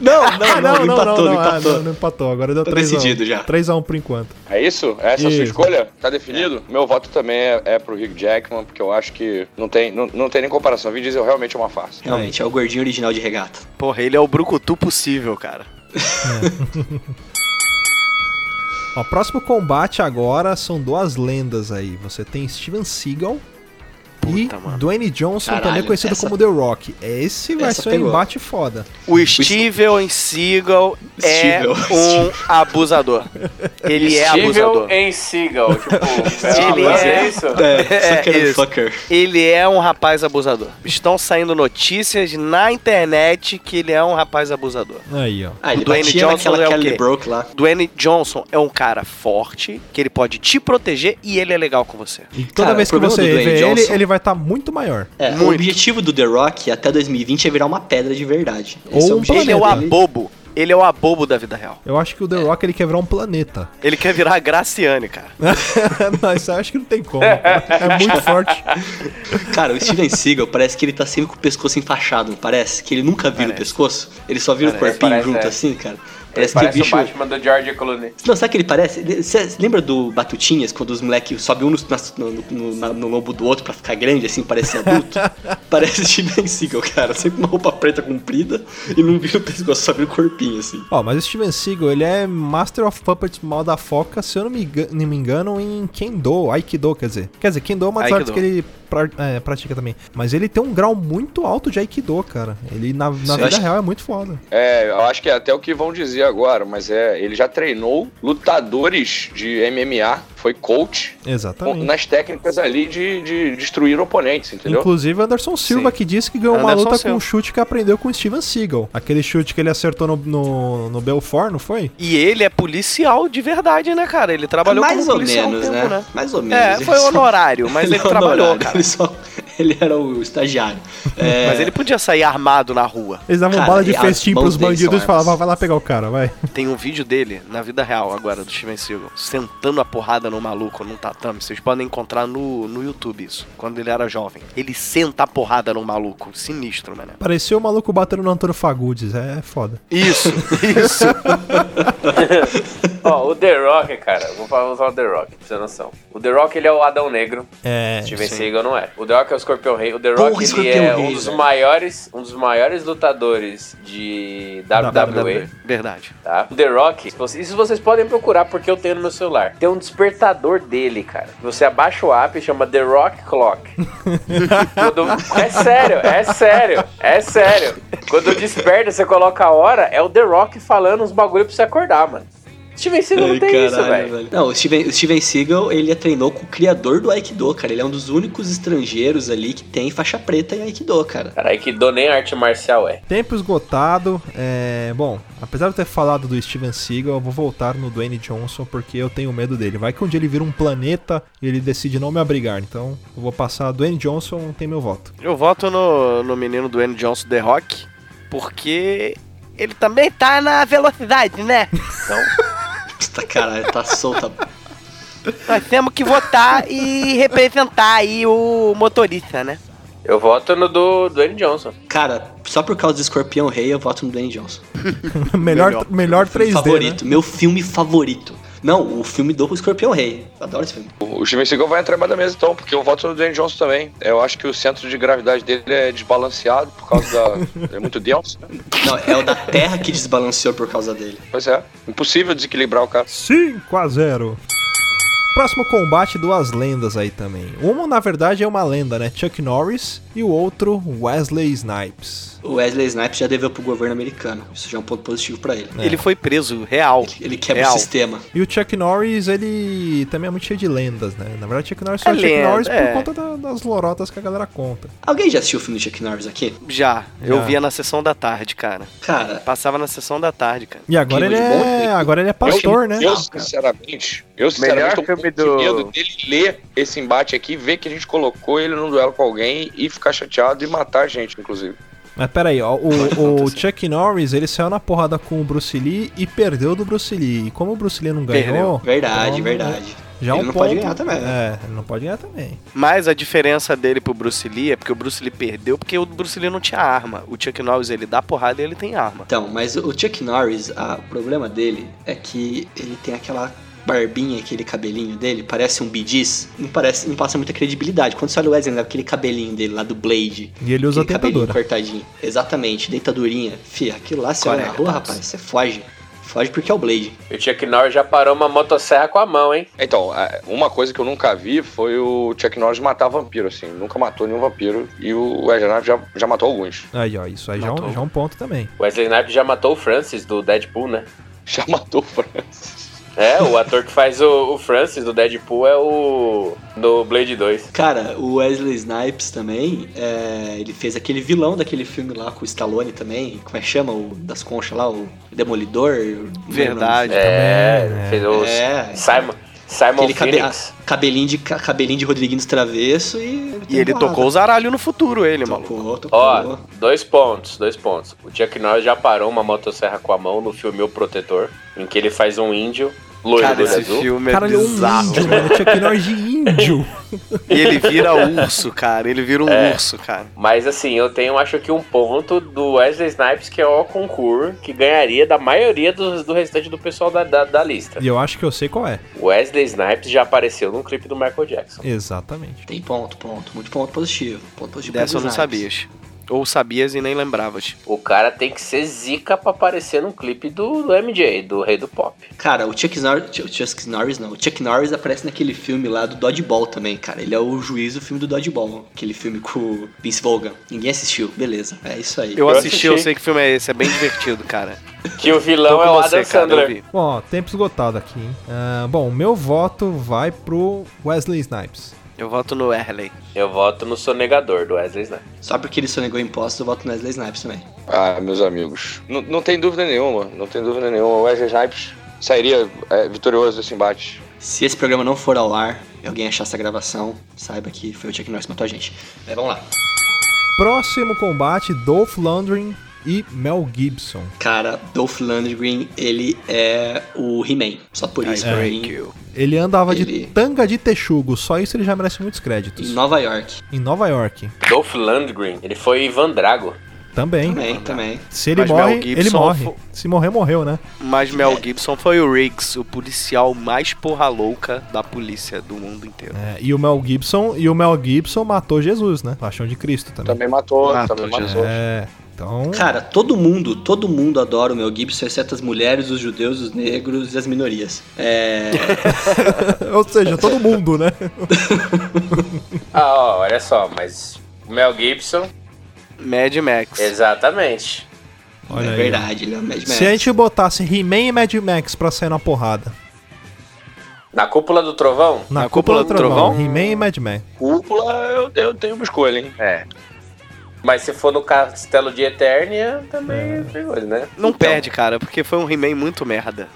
Não, não, não, não, empatou, não, ah, empatou. não, não empatou. Agora deu Tá 3 a 1. decidido já. 3 a 1 por enquanto. É isso? Essa é a Isso. sua escolha? Tá definido? Meu voto também é, é pro Hugh Jackman, porque eu acho que não tem, não, não tem nem comparação. O Vin Diesel realmente é uma farsa. Realmente, é o gordinho original de regata. Porra, ele é o brucutu possível, cara. Ó, próximo combate agora são duas lendas aí. Você tem Steven Seagal e Puta, mano. Dwayne Johnson, também Caralho, conhecido essa- como The Rock. Esse vai Essa ser um pegou. embate foda. O Steven Seagal é Steven. um abusador. Ele é abusador. Steven em Seagal. Tipo, é Ele uma- é- é isso? É, É, sucker and isso. fucker. Ele é um rapaz abusador. Estão saindo notícias na internet que ele é um rapaz abusador. Aí, ó. Ah, ele O Dwayne batia Johnson naquela é o Kelly quê? Broke lá. Dwayne Johnson é um cara forte, que ele pode te proteger e ele é legal com você. E toda Cara, vez o que problema você do Dwayne vê ele, Johnson- ele vai estar muito maior. É, o objetivo do The Rock até 2020 é virar uma pedra de verdade. Ou Esse é um o objetivo Ele é o Planeta. dele. abobo. Ele é o abobo da vida real. Eu acho que o The Rock ele quebrar um planeta. Ele quer virar a Graciane, cara. Mas isso eu acho que não tem como. cara. É muito forte. Cara, o Steven Seagal parece que ele tá sempre com o pescoço enfaixado, não parece? Que ele nunca vira o pescoço. Ele só vira o Parece. corpinho Parece, junto é. assim, cara. Ele Parece que o parece o é- bicho... Batman do George Clooney. Não, sabe o que ele parece? Ele- Cê lembra do Batutinhas, quando os moleques sobem um no, no, no- na- no lombo do outro pra ficar grande, assim, parece adulto? parece o Steven Seagal, cara. Sempre uma roupa preta comprida e não vira o pescoço, só vira o corpinho, assim. Ó, mas o Steven Seagal, ele é Master of Puppets Mal da Foca, se eu não me, engan- não me engano, em Kendo, Aikido, quer dizer. Quer dizer, Kendo é uma das artes Aikido. que ele pra- é, pratica também. Mas ele tem um grau muito alto de Aikido, cara. Ele, na, na vida acho- real, é muito foda. É, eu acho que é até o que vão dizer agora, mas é, ele já treinou lutadores de MMA, foi coach, com- né? Exatamente. nas técnicas ali de, de destruir oponentes, entendeu? Inclusive, Anderson Silva, que disse que ganhou uma Anderson luta com Silva. um chute que aprendeu com o Steven Seagal. Aquele chute que ele acertou no, no, no Belfort, não foi? E ele é policial de verdade, né, cara? Ele trabalhou É Mais como ou policial um menos, tempo, né? né? Mais ou menos. É, Ele foi só- honorário, mas ele, é trabalhou, honorário, cara. Ele, só... ele era o estagiário. É, Mas ele podia sair armado na rua. Eles davam Cara, bala de e as festim mãos pros dele são bandidos e armas. falavam, "Ah, vai lá pegar o cara, vai. Tem um vídeo dele, na vida real agora, do Steven Seagal, sentando a porrada no maluco num tatame. Vocês podem encontrar no, no YouTube isso, quando ele era jovem. Ele senta a porrada no maluco. Sinistro, mano. Pareceu o maluco batendo no Antônio Fagundes, é foda. Isso, isso. Ó, o The Rock, cara, vou falar vou usar o The Rock, pra você ter noção. O The Rock, ele é o Adão Negro. É, Steven Seagal não é. O The Rock é o Scorpion Rei. O The Rock Porra, ele Scorpion é Rei, um dos velho. maiores, um dos maiores lutadores de WWE, WWE. Verdade. tá? O The Rock, se vocês- isso vocês podem procurar porque eu tenho no meu celular. Tem um despertador dele, cara. Você abaixa o app e chama The Rock Clock. Quando- É sério, é sério, é sério. Quando desperta, você coloca a hora, é o The Rock falando uns bagulho pra você acordar, mano. Steven Seagal não Ai, tem isso, caralho, velho. Não, o Steven, o Steven Seagal, ele treinou com o criador do Aikido, cara. Ele é um dos únicos estrangeiros ali que tem faixa preta em Aikido, cara. Caralho, que dou nem arte marcial é. Tempo esgotado. É... Bom, apesar de eu ter falado do Steven Seagal, eu vou voltar no Dwayne Johnson porque eu tenho medo dele. Vai que um dia ele vira um planeta e ele decide não me abrigar. Então eu vou passar Dwayne Johnson, tem meu voto. Eu voto no, no menino do N. Johnson The Rock, porque ele também tá na velocidade, né? Então, Tá, caralho, tá solta. nós temos que votar e representar aí o motorista, né? Eu voto no do Dwayne Johnson. Cara, só por causa do Escorpião Rei, eu voto no Dwayne Johnson. melhor, melhor 3D. favorito, né? meu filme favorito. Não, o filme do Escorpião Rei. Eu adoro esse filme. O Steven Seagal vai entrar embaixo da mesa então, porque eu voto no Dwayne Johnson também. Eu acho que o centro de gravidade dele é desbalanceado por causa da. é muito denso, né? Não, é o da Terra que desbalanceou por causa dele. Pois é. Impossível desequilibrar o cara. 5 a 0 Próximo combate, duas lendas aí também. Uma, na verdade, é uma lenda, né? Chuck Norris e o outro, Wesley Snipes. O Wesley Snipes já deveu pro governo americano. Isso já é um ponto positivo pra ele. Ele foi preso, real. Ele quebra Real. o sistema. E o Chuck Norris, ele também é muito cheio de lendas, né? Na verdade, Chuck Norris É só é Chuck lenda, Norris é. por conta da- das lorotas que a galera conta. Alguém já assistiu o filme do Chuck Norris aqui? Já, eu Já. via na sessão da tarde, cara. Cara, Passava na sessão da tarde, cara. E agora ele Clima de né? é, bom? agora ele é pastor, né? Eu, sinceramente, eu sinceramente tô com filme muito do- medo dele ler esse embate aqui, ver que a gente colocou ele num duelo com alguém e ficar chateado e matar a gente, inclusive. Mas peraí, ó, o, o Chuck Norris, ele saiu na porrada com o Bruce Lee e perdeu do Bruce Lee. E como o Bruce Lee não ganhou... verdade, então, verdade. Já é Ele um não pode ponto. ganhar também, É, ele não pode ganhar também. Mas a diferença dele pro Bruce Lee é porque o Bruce Lee perdeu porque o Bruce Lee não tinha arma. O Chuck Norris, ele dá porrada e ele tem arma. Então, mas o Chuck Norris, ah, o problema dele é que ele tem aquela barbinha, aquele cabelinho dele, parece um bidiz, não parece, não passa muita credibilidade. Quando você olha o Wesley, é aquele cabelinho dele lá do Blade, E ele usa a aquele cabelinho tentadora. cortadinho, exatamente, dentadurinha, fia, aquilo lá você olha na Colega, rua, Thomas. rapaz, você foge. Foge porque é o Blade. E o Chuck Norris já parou uma motosserra com a mão, hein? Então, a- uma coisa que eu nunca vi foi o Chuck Norris matar vampiro, assim. Nunca matou nenhum vampiro e o Wesley Snipes já, já matou alguns. Aí, ó, isso aí já é, Matou. um, já é um ponto também. Wesley Snipes já matou o Francis do Deadpool, né? Já matou o Francis. É, o ator que faz o, o Francis do Deadpool é o. do Blade 2. Cara, o Wesley Snipes também, é, ele fez aquele vilão daquele filme lá com o Stallone também, como é que chama? O das conchas lá, o Demolidor. Verdade. É, né? fez não o. lembro. É, Simon, Simon Aquele cabe- Phoenix. a- cabelinho, de, ca- cabelinho de Rodriguinho dos Travesso e. E ele tocou o zaralho no futuro, ele, maluco. Tocou, tocou. Ó, dois pontos, dois pontos. O Chuck Norris já parou uma motosserra com a mão no filme O Protetor, em que ele faz um índio loiro Cara, do Esse azul. filme é Cara, ele é um bizarro. índio, mano. O Chuck Norris de índio. E ele vira urso, cara. Ele vira um É. urso, cara. Mas assim, eu tenho acho que um ponto do Wesley Snipes, que é o concurso, que ganharia da maioria dos, do restante do pessoal da, da, da lista. E eu acho que eu sei qual é. Wesley Snipes já apareceu num clipe do Michael Jackson. Exatamente. Tem ponto, ponto. Muito ponto positivo. Ponto positivo Dessa eu pro não Snipes. sabias. Ou sabias e nem lembravas. O cara tem que ser zica pra aparecer num clipe do, do MJ, do Rei do Pop. Cara, o Chuck Norris. O Chuck Norris não. O Chuck Norris aparece naquele filme lá do Dodgeball também, cara. Ele é o juiz do filme do Dodgeball. Aquele filme com o Vince Vaughn. Ninguém assistiu. Beleza. É isso aí. Eu, Eu assisti, eu assisti. sei que filme é esse. É bem divertido, cara. Que o Tô vilão com é o você, Adam cara, eu Sandler. vi. Bom, ó, tempo esgotado aqui, hein? Ah, bom, meu voto vai pro Wesley Snipes. Eu voto no Erley. Eu voto no sonegador do Wesley Snipes. Só porque ele sonegou impostos, eu voto no Wesley Snipes também. Ah, meus amigos. N- não tem dúvida nenhuma, não tem dúvida nenhuma. O Wesley Snipes sairia é, vitorioso desse embate. Se esse programa não for ao ar e alguém achar essa gravação, saiba que foi o Chuck Norris que matou a gente. Mas vamos lá. Próximo combate, Dolph Lundgren e Mel Gibson. Cara, Dolph Lundgren, ele é o He-Man. Só por isso, pra Thank mim. you. Ele andava Ele- de tanga de texugo, só isso ele já merece muitos Em créditos. Nova York. Em Nova York. Dolph Lundgren, ele foi Ivan Drago. Também. Também, também. Se ele Mas Mel morre, Gibson ele morre. fo- Se morrer, morreu, né? Mas Mel Gibson foi o Riggs, o policial mais porra louca da polícia do mundo inteiro. É, e o Mel Gibson, e o Mel Gibson matou Jesus, né? Paixão de Cristo também. Também matou, Matou, também Jesus. matou. É. Então, Cara, todo mundo, todo mundo adora o Mel Gibson, exceto as mulheres, os judeus, os negros e as minorias. É. ou seja, todo mundo, né? Ah, ó, olha só, mas o Mel Gibson, Mad Max. exatamente. Olha é aí. verdade, ele é um Mad Max. Se a gente botasse He-Man e Mad Max pra sair na porrada. Na cúpula do trovão? Na, Na cúpula Cúpula do do trovão, Trovão? He-Man e Mad Max. Cúpula, eu, eu tenho uma escolha, hein? É. Mas se for no castelo de Eternia, também é perigoso, né? Não perde, cara, porque foi um He-Man muito merda.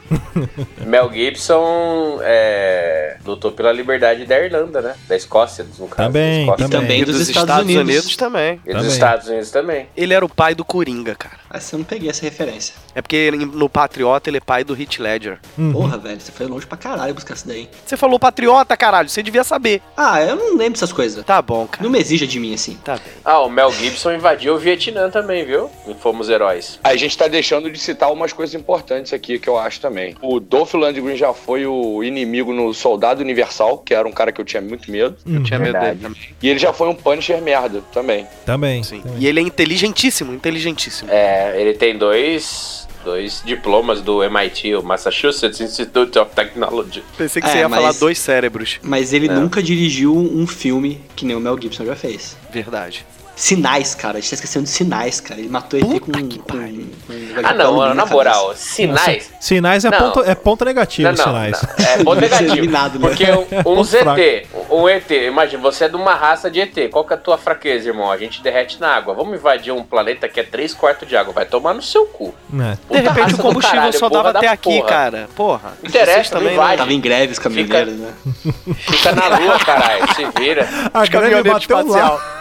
Mel Gibson é, lutou pela liberdade da Irlanda, né? Da Escócia, no caso. Também, da Escócia. também. Também E dos, Estados, Unidos. também. E dos Também. Estados Unidos também. Ele era o pai do Coringa, cara. Essa eu não peguei essa referência. É porque ele- no Patriota ele é pai do Hit Ledger. Uhum. Porra, velho, você foi longe pra caralho buscar isso daí. Você falou Patriota, caralho, você devia saber. Ah, eu não lembro dessas coisas. Tá bom, cara. Não me exija de mim assim. Tá bem. Ah, o Mel Gibson invadiu o Vietnã também, viu? E fomos heróis. A gente tá deixando de citar umas coisas importantes aqui que eu acho também. O Dolph Lundgren já foi o inimigo no Soldado Universal, que era um cara que eu tinha muito medo. Hum, Tinha medo Verdade. dele também. E ele já foi um Punisher merda também. Também. Sim. também. E ele é inteligentíssimo, inteligentíssimo. É, ele tem dois, dois diplomas do MIT, o Massachusetts Institute of Technology. Pensei que É, você ia mas- falar dois cérebros. Mas ele É. nunca dirigiu um filme que nem o Mel Gibson já fez. Verdade. Sinais, cara. A gente tá esquecendo de sinais, cara. Ele matou ele com, Puta que com, com, pariu. com- Ah, não, com- mano, na cabeça. moral, sinais. Sinais é Não. ponto, é ponto negativo, Não, não, sinais. não. É ponto Vai ser negativo. eliminado, né? Porque um, um Ponto ZT, um ET, imagina, você é de uma raça de ET. Qual que é a tua fraqueza, irmão? A gente derrete na água. Vamos invadir um planeta que é 3 quartos de água. Vai tomar no seu cu. É. Puta de repente raça o do combustível caralho, só burra dava da até aqui, porra. cara. Porra. Não interessa, Vocês não né? invade. Tava em greve os caminhoneiros, né? Fica na lua, caralho. Se vira. A grande caminhoneiros bateu espacial. lá.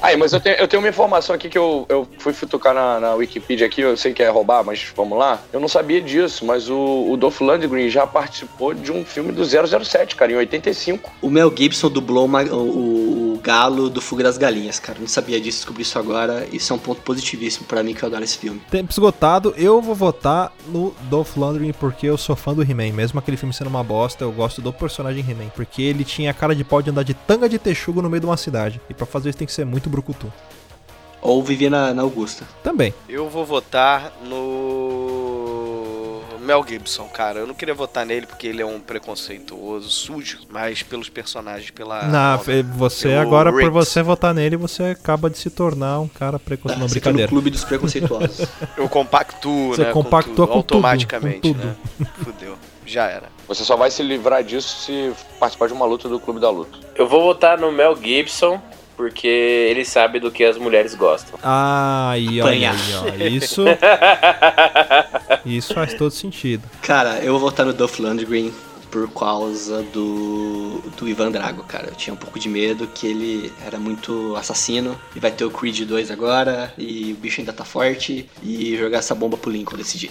Aí, mas eu tenho, eu tenho uma informação aqui que eu, eu fui futucar na, na Wikipedia aqui, eu sei que é roubar, mas vamos lá. Eu não sabia disso, mas o, o Dolph Lundgren já participou de um filme do 007, cara, em 85. O Mel Gibson dublou uma- o, o- o galo do Fuga das Galinhas, cara. Não sabia disso, descobri isso agora. Isso é um ponto positivíssimo pra mim que eu adoro esse filme. Tempo esgotado, eu vou votar no Dolph Lundgren porque eu sou fã do He-Man. Mesmo aquele filme sendo uma bosta, eu gosto do personagem He-Man. Porque ele tinha a cara de pau de andar de tanga de texugo no meio de uma cidade. E pra fazer isso tem que ser muito brucutu. Ou vivia na, na Augusta. Também. Eu vou votar no Mel Gibson, cara. Eu não queria votar nele porque ele é um preconceituoso, sujo, mas pelos personagens, pela. Na, Ah, obra. eh, você eu- agora, por Riggs. você votar nele, você acaba de se tornar um cara Tá, preconceituoso. Não, você tá no brincadeira. clube dos preconceituosos. Eu compactuo, Você né? compactua com tudo, automaticamente, com né? Fudeu. Já era. Você só vai se livrar disso se participar de uma luta do Clube da Luta. Eu vou votar no Mel Gibson, porque ele sabe do que as mulheres gostam. Ah, e olha Apanhar. aí, ó. Isso, isso faz todo sentido. Cara, eu vou votar no Duff Lundgren por causa do, do Ivan Drago, cara. Eu tinha um pouco de medo que ele era muito assassino. E vai ter o Creed 2 agora, e o bicho ainda tá forte. E jogar essa bomba pro Lincoln desse dia.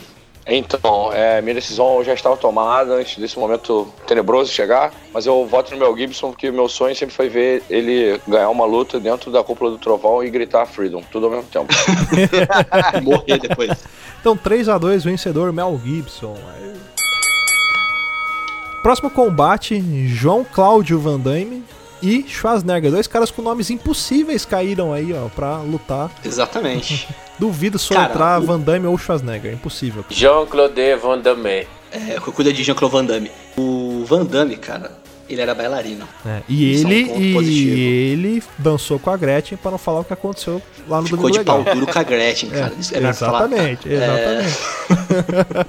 Então, é, minha decisão já estava tomada antes desse momento tenebroso chegar, mas eu voto no Mel Gibson porque meu sonho sempre foi ver ele ganhar uma luta dentro da cúpula do trovão e gritar Freedom, tudo ao mesmo tempo. E Ah, morrer depois. Então 3 a 2 vencedor Mel Gibson. Aí. Próximo combate, João Cláudio Van Damme e Schwarzenegger. Dois caras com nomes impossíveis caíram aí, ó, pra lutar. Exatamente. Duvido soletrar Cara, o- Van Damme ou Schwarzenegger, impossível. Jean-Claude Van Damme. É, cuida de Jean-Claude Van Damme. O Van Damme, cara, ele era bailarino. né? E Isso é um ele ponto e positivo. ele dançou com a Gretchen pra não falar o que aconteceu lá no Ficou Domingo de Legal. pau duro com a Gretchen, cara. Isso é melhor falar. exatamente, exatamente.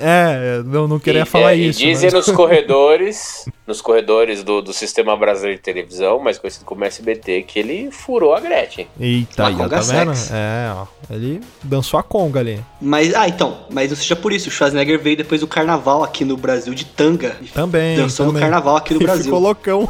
É, não, não queria E- falar é, e isso. dizem mas- nos corredores, nos corredores do, do Sistema Brasileiro de Televisão, mais conhecido como SBT, que ele furou a Gretchen. Eita, aí, ó, Maconga tá vendo? sex. É, ó. Ele dançou a conga ali. Mas, ah, então, mas não seja por isso. O Schwarzenegger veio depois do carnaval aqui no Brasil de tanga. E Também. Dançou no também. carnaval aqui no E Brasil. Ficou loucão.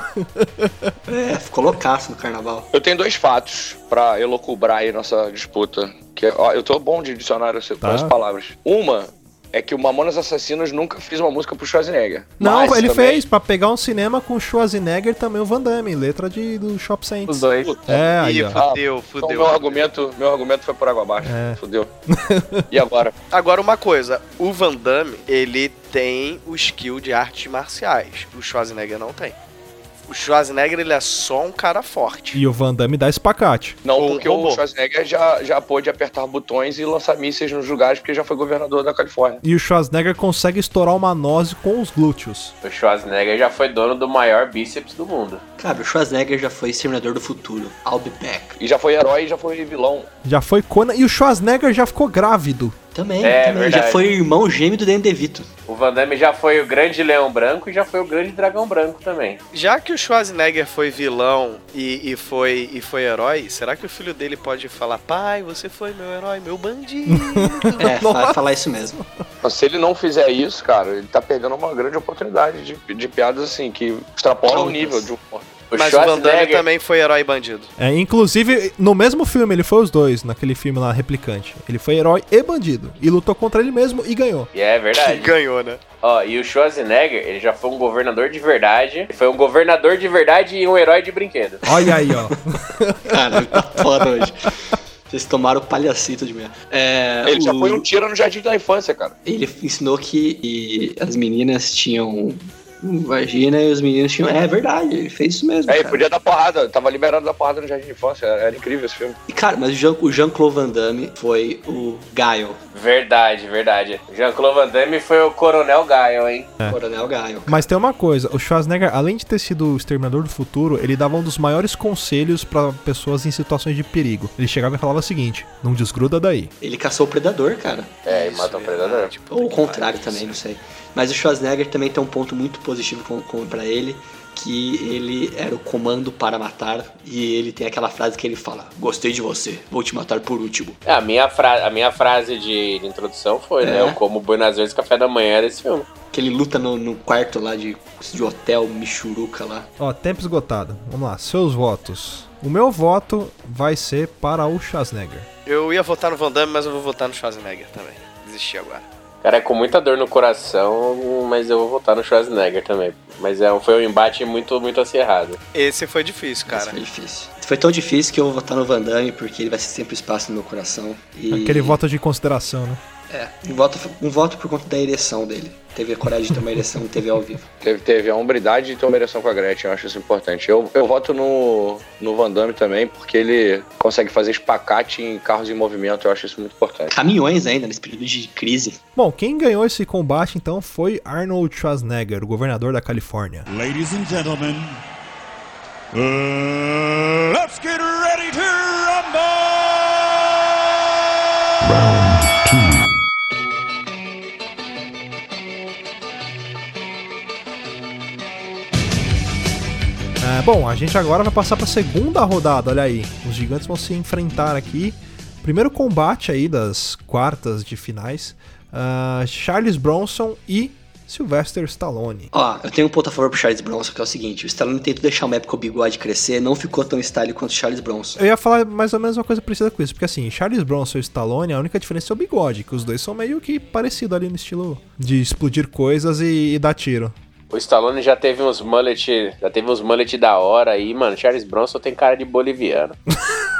É, ficou loucaço no carnaval. Eu tenho dois fatos pra é, elocubrar aí nossa disputa. Que, ó, eu tô bom de dicionário, eu sei- Tá. conheço palavras. Uma é que o Mamonas Assassinos nunca fez uma música pro Schwarzenegger. Não, Mas ele também- fez pra pegar um cinema com o Schwarzenegger e também o Van Damme, letra de, do Shop Os Saints. dois. Puta, É, aí, Ih, ó. fudeu, então fudeu. meu argumento, meu argumento foi por água abaixo. É. Fudeu. E agora? Agora, uma coisa, o Van Damme, ele tem o skill de artes marciais. O Schwarzenegger não tem. O Schwarzenegger, ele é só um cara forte. E o Van Damme dá espacate. Não, O porque robô. o Schwarzenegger já, já pôde apertar botões e lançar mísseis nos lugares, porque já foi governador da Califórnia. E o Schwarzenegger consegue estourar uma noz com os glúteos. O Schwarzenegger já foi dono do maior bíceps do mundo. Cara, o Schwarzenegger já foi Exterminador do Futuro. I'll be back. E já foi herói e já foi vilão. Já foi Conan. E o Schwarzenegger já ficou grávido. Também, É, também. verdade. Já foi irmão gêmeo do Danny DeVito. O Van Damme já foi o grande leão branco e já foi o grande dragão branco também. Já que o Schwarzenegger foi vilão e, e foi, e foi herói, será que o filho dele pode falar, pai, você foi meu herói, meu bandido? É, fa- falar isso mesmo. Mas se ele não fizer isso, cara, ele tá perdendo uma grande oportunidade de, de piadas assim, que extrapolam o Outras. nível de um. O Mas o Van Damme Schwarzenegger também foi herói e bandido. É, inclusive, no mesmo filme, ele foi os dois, naquele filme lá, Replicante. Ele foi herói e bandido. E lutou contra ele mesmo e ganhou. E é verdade. Ganhou, né? Ó, e o Schwarzenegger, ele já foi um governador de verdade. Ele Foi um governador de verdade e um herói de brinquedo. Olha aí, ó. Cara, tá foda hoje. Vocês tomaram palhacito de merda. É, Ele já o- foi um tiro no jardim da infância, cara. ele ensinou que e, as meninas tinham vagina e os meninos tinham. É verdade, ele fez isso mesmo. É, ele cara. podia dar porrada, tava liberado da porrada no jardim de infância. Era, era incrível esse filme. E, cara, mas o Jean- o Jean-Claude Van Damme foi o Gaio, Verdade, verdade. Jean-Claude Van Damme foi o Coronel Gaio, hein? Coronel Gaio. Mas tem uma coisa, o Schwarzenegger, além de ter sido o exterminador do futuro, ele dava um dos maiores conselhos pra pessoas em situações de perigo. Ele chegava e falava o seguinte: "Não desgruda daí". Ele caçou o predador, cara. É, e mata um predador. Tipo, Ou o contrário também, não sei. Mas o Schwarzenegger também tem um ponto muito positivo com, com, para ele, que ele era o comando para matar, e ele tem aquela frase que ele fala: Gostei de você, vou te matar por último. É, A minha, fra a minha frase de, de introdução foi, né? É. Eu como Buenos Aires café da manhã desse filme. Que ele luta no, no quarto lá de, de hotel Michuruca lá. Ó, tempo esgotado. Vamos lá, seus votos. O meu voto vai ser para o Schwarzenegger. Eu ia votar no Van Damme, mas eu vou votar no Schwarzenegger também. Desisti agora. Cara, é com muita dor no coração, mas eu vou votar no Schwarzenegger também. Mas é, um- foi um embate muito, muito acirrado. Esse foi difícil, cara. Isso foi difícil. Foi tão difícil que eu vou votar no Van Damme, porque ele vai ser sempre espaço no meu coração. E Aquele voto de consideração, né? É, um voto, um voto por conta da ereção dele. Teve a coragem de ter uma ereção no TV ao vivo. Teve, teve a hombridade e ter uma ereção com a Gretchen, eu acho isso importante. Eu, eu voto no, no Van Damme também, porque ele consegue fazer espacate em carros em movimento, eu acho isso muito importante. Caminhões ainda, nesse período de crise. Bom, quem ganhou esse combate então foi Arnold Schwarzenegger, o governador da Califórnia. Ladies and gentlemen, uh, let's get ready to rumble! É, bom, a gente agora vai passar para a segunda rodada, olha aí. Os gigantes vão se enfrentar aqui. Primeiro combate aí das quartas de finais. ah, Charles Bronson e Sylvester Stallone. Ó, eu tenho um ponto a favor pro Charles Bronson, que é o seguinte: o Stallone tentou deixar uma época o bigode crescer, não ficou tão style quanto o Charles Bronson. Eu ia falar mais ou menos uma coisa parecida com isso, porque assim, Charles Bronson e Stallone, a única diferença é o bigode, que os dois são meio que parecidos ali no estilo de explodir coisas e, e dar tiro. O Stallone já teve uns mullet, já teve uns mullet da hora aí, mano. Charles Bronson tem cara de boliviano.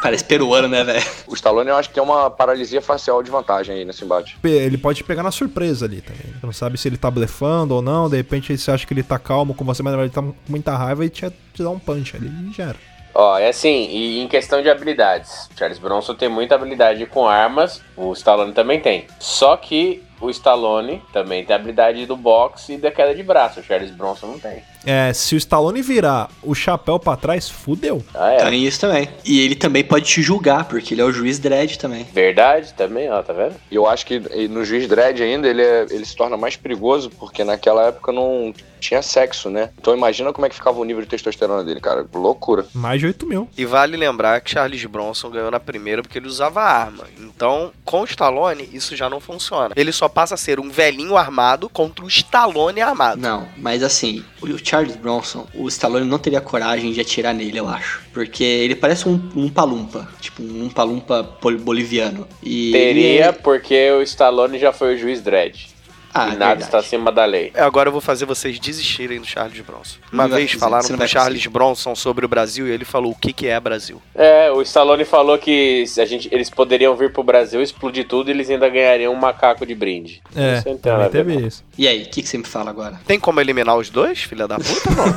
Parece peruano, né, velho? O Stallone eu acho que tem uma paralisia facial de vantagem aí nesse embate. Pe- Ele pode te pegar na surpresa ali também. Você não sabe se ele tá blefando ou não, de repente você acha que ele tá calmo com você, mas na verdade ele tá com muita raiva e te, te dá um punch ali e já era. Ó, é assim, e em questão de habilidades, Charles Bronson tem muita habilidade com armas, o Stallone também tem. Só que o Stallone também tem a habilidade do boxe e da queda de braço, o Charles Bronson não tem. É, se o Stallone virar o chapéu pra trás, fudeu. Ah, é. Tem isso também. E ele também pode te julgar, porque ele é o juiz dread também. Verdade também, ó, tá vendo? E eu acho que e no Juiz Dredd ainda ele, é- ele se torna mais perigoso, porque naquela época não tinha sexo, né? Então imagina como é que ficava o nível de testosterona dele, cara. Loucura. Mais de 8 mil. E vale lembrar que Charles Bronson ganhou na primeira porque ele usava arma. Então, com o Stallone, isso já não funciona. Ele só passa a ser um velhinho armado contra um Stallone armado. Não, mas assim, o Charles Bronson, o Stallone não teria coragem de atirar nele, eu acho. Porque ele parece um, um palumpa, tipo um palumpa boliviano. E Teria, ele- porque o Stallone já foi o juiz Dredd. Ah, e é nada verdade. está acima da lei. Agora eu vou fazer vocês desistirem do Charles Bronson. Uma Não vai vez fazer, falaram você não pro vai Charles Bronson sobre o Brasil e ele falou o que, que é Brasil. É, o Stallone falou que se a gente, eles poderiam vir pro Brasil, explodir tudo e eles ainda ganhariam um macaco de brinde. É, Isso não tem nada também a ver, teve isso. E aí, o que, que você me fala agora? Tem como eliminar os dois, filha da puta, mano?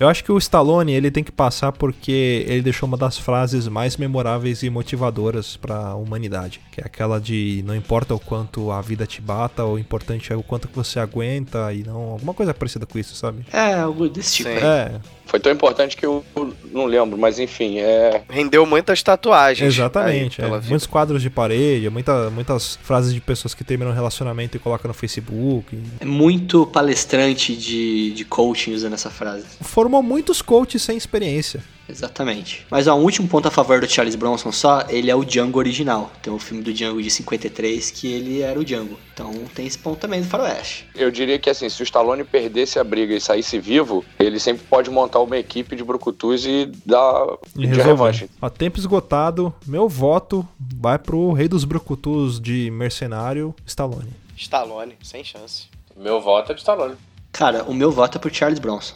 Eu acho que o Stallone ele tem que passar porque ele deixou uma das frases mais memoráveis e motivadoras para a humanidade, que é aquela de não importa o quanto a vida te bata, o importante é o quanto que você aguenta e não alguma coisa parecida com isso, sabe? É, algo desse tipo. Sim. né? É, Foi tão importante que eu não lembro, mas enfim, é. Rendeu muitas tatuagens. exatamente. aí é. pela vida. Muitos quadros de parede, muita, muitas frases de pessoas que terminam um relacionamento e colocam no Facebook. É muito palestrante de, de coaching usando essa frase. Formou muitos coaches sem experiência. Exatamente. Mas ó, um último ponto a favor do Charles Bronson só, ele é o Django original. Tem o filme do Django de 53 que ele era o Django. Então tem esse ponto também do Faroeste. Eu diria que assim, se o Stallone perdesse a briga e saísse vivo, ele sempre pode montar uma equipe de brucutus e dar E de revanche. resolve. Ó, tempo esgotado, meu voto vai pro rei dos brucutus de mercenário, Stallone. Stallone, sem chance. Meu voto é pro Stallone. Cara, o meu voto é pro Charles Bronson.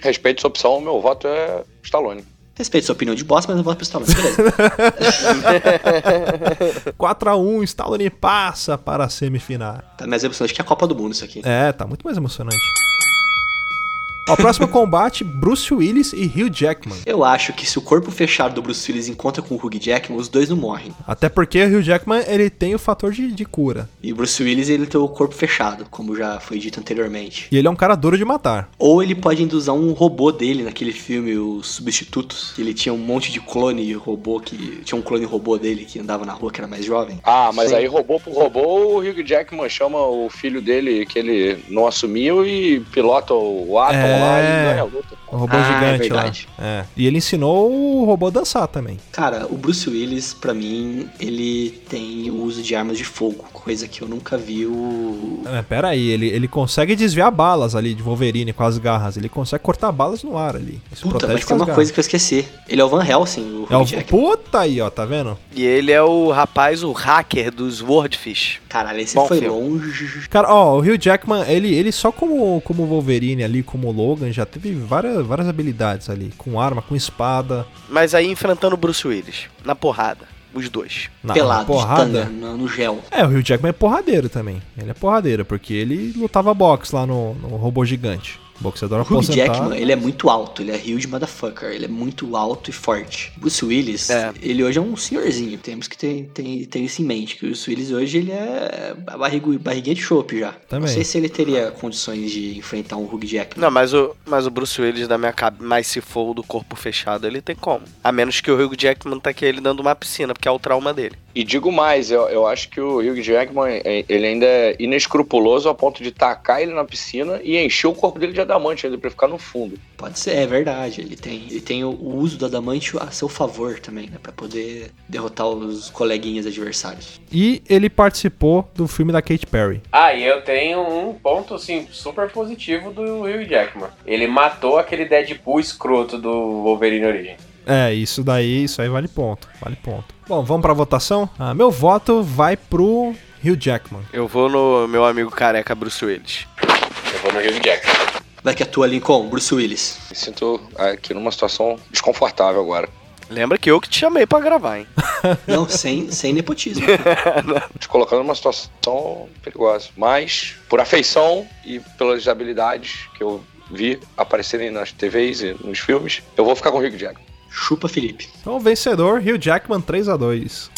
Respeito sua opção, meu voto é Stallone. Respeito sua opinião de bosta, mas eu voto pro Stallone. Beleza. 4x1, Stallone passa para a semifinal. tá mais emocionante que a Copa do Mundo isso aqui. É, tá muito mais emocionante. Ó, próximo combate, Bruce Willis e Hugh Jackman. Eu acho que se o corpo fechado do Bruce Willis encontra com o Hugh Jackman, os dois não morrem. Até porque o Hugh Jackman, ele tem o fator de, de cura. E o Bruce Willis, ele tem o corpo fechado, como já foi dito anteriormente. E ele é um cara duro de matar. Ou ele pode induzir um robô dele naquele filme, Os Substitutos. que Ele tinha um monte de clone e robô que. Tinha um clone robô dele que andava na rua, que era mais jovem. Ah, mas Sim. aí roubou pro robô, o Hugh Jackman chama o filho dele que ele não assumiu e pilota o É. Atom lá e ganha a luta. O robô Ah, é gigante lá. verdade. É. E ele ensinou o robô a dançar também. Cara, o Bruce Willis, pra mim, ele tem o uso de armas de fogo, coisa que eu nunca vi o. É, pera aí, ele, ele consegue desviar balas ali de Wolverine com as garras. Ele consegue cortar balas no ar ali. Isso Puta, protege mas com tem as uma garras. coisa que eu esqueci. Ele é o Van Helsing, o É Hugh o... Jackman. Puta aí, ó, tá vendo? E ele é o rapaz, o hacker dos Wordfish. Caralho, esse Bom foi filme. longe. Cara, ó, o Hugh Jackman, ele, ele só como, como Wolverine ali, como Logan, já teve várias, várias habilidades ali. Com arma, com espada. Mas aí enfrentando o Bruce Willis, na porrada, os dois. Na, pelado, na de porrada. tanga, no, no gel. É, o Hugh Jackman é porradeiro também. Ele é porradeiro, porque ele lutava boxe lá no, no robô gigante. Boxeador O Hugh aposentado. Jackman, ele é muito alto, ele é huge motherfucker, ele é muito alto e forte. Bruce Willis, É. ele hoje é um senhorzinho, temos que ter, ter, ter isso em mente, que o Bruce Willis hoje, ele é barrigo, barriguinha de chope já. Também. Não sei se ele teria condições de enfrentar um Hugh Jackman. Não, mas o, mas o Bruce Willis da minha cabeça, mas se for o do corpo fechado, ele tem como. A menos que o Hugh Jackman tá aqui ele dando uma piscina, porque é o trauma dele. E digo mais, eu, eu acho que o Hugh Jackman, é- ele ainda é inescrupuloso a ponto de tacar ele na piscina e encher o corpo dele de adamante ainda pra ele ficar no fundo. Pode ser, é verdade, ele tem, ele tem o o uso do adamante a seu favor também, né, pra poder derrotar os coleguinhas adversários. E ele participou do filme da Kate Perry. Ah, e eu tenho um ponto, assim, super positivo do Hugh Jackman. Ele matou aquele Deadpool escroto do Wolverine Origem. É, isso daí, isso aí vale ponto. Vale ponto. Bom, vamos pra votação? Ah, meu voto vai pro Hugh Jackman. Eu vou no meu amigo careca Bruce Willis. Eu vou no Hugh Jackman. Vai que atua Lincoln, Bruce Willis. Me sinto aqui numa situação desconfortável agora. Lembra que eu que te chamei pra gravar, hein? Não, sem, sem nepotismo. Te colocando numa situação perigosa. Mas, por afeição e pelas habilidades que eu vi aparecerem nas TVs e nos filmes, eu vou ficar com o Hugh Jackman. Chupa, Felipe. Então, vencedor, Hugh Jackman 3 a 2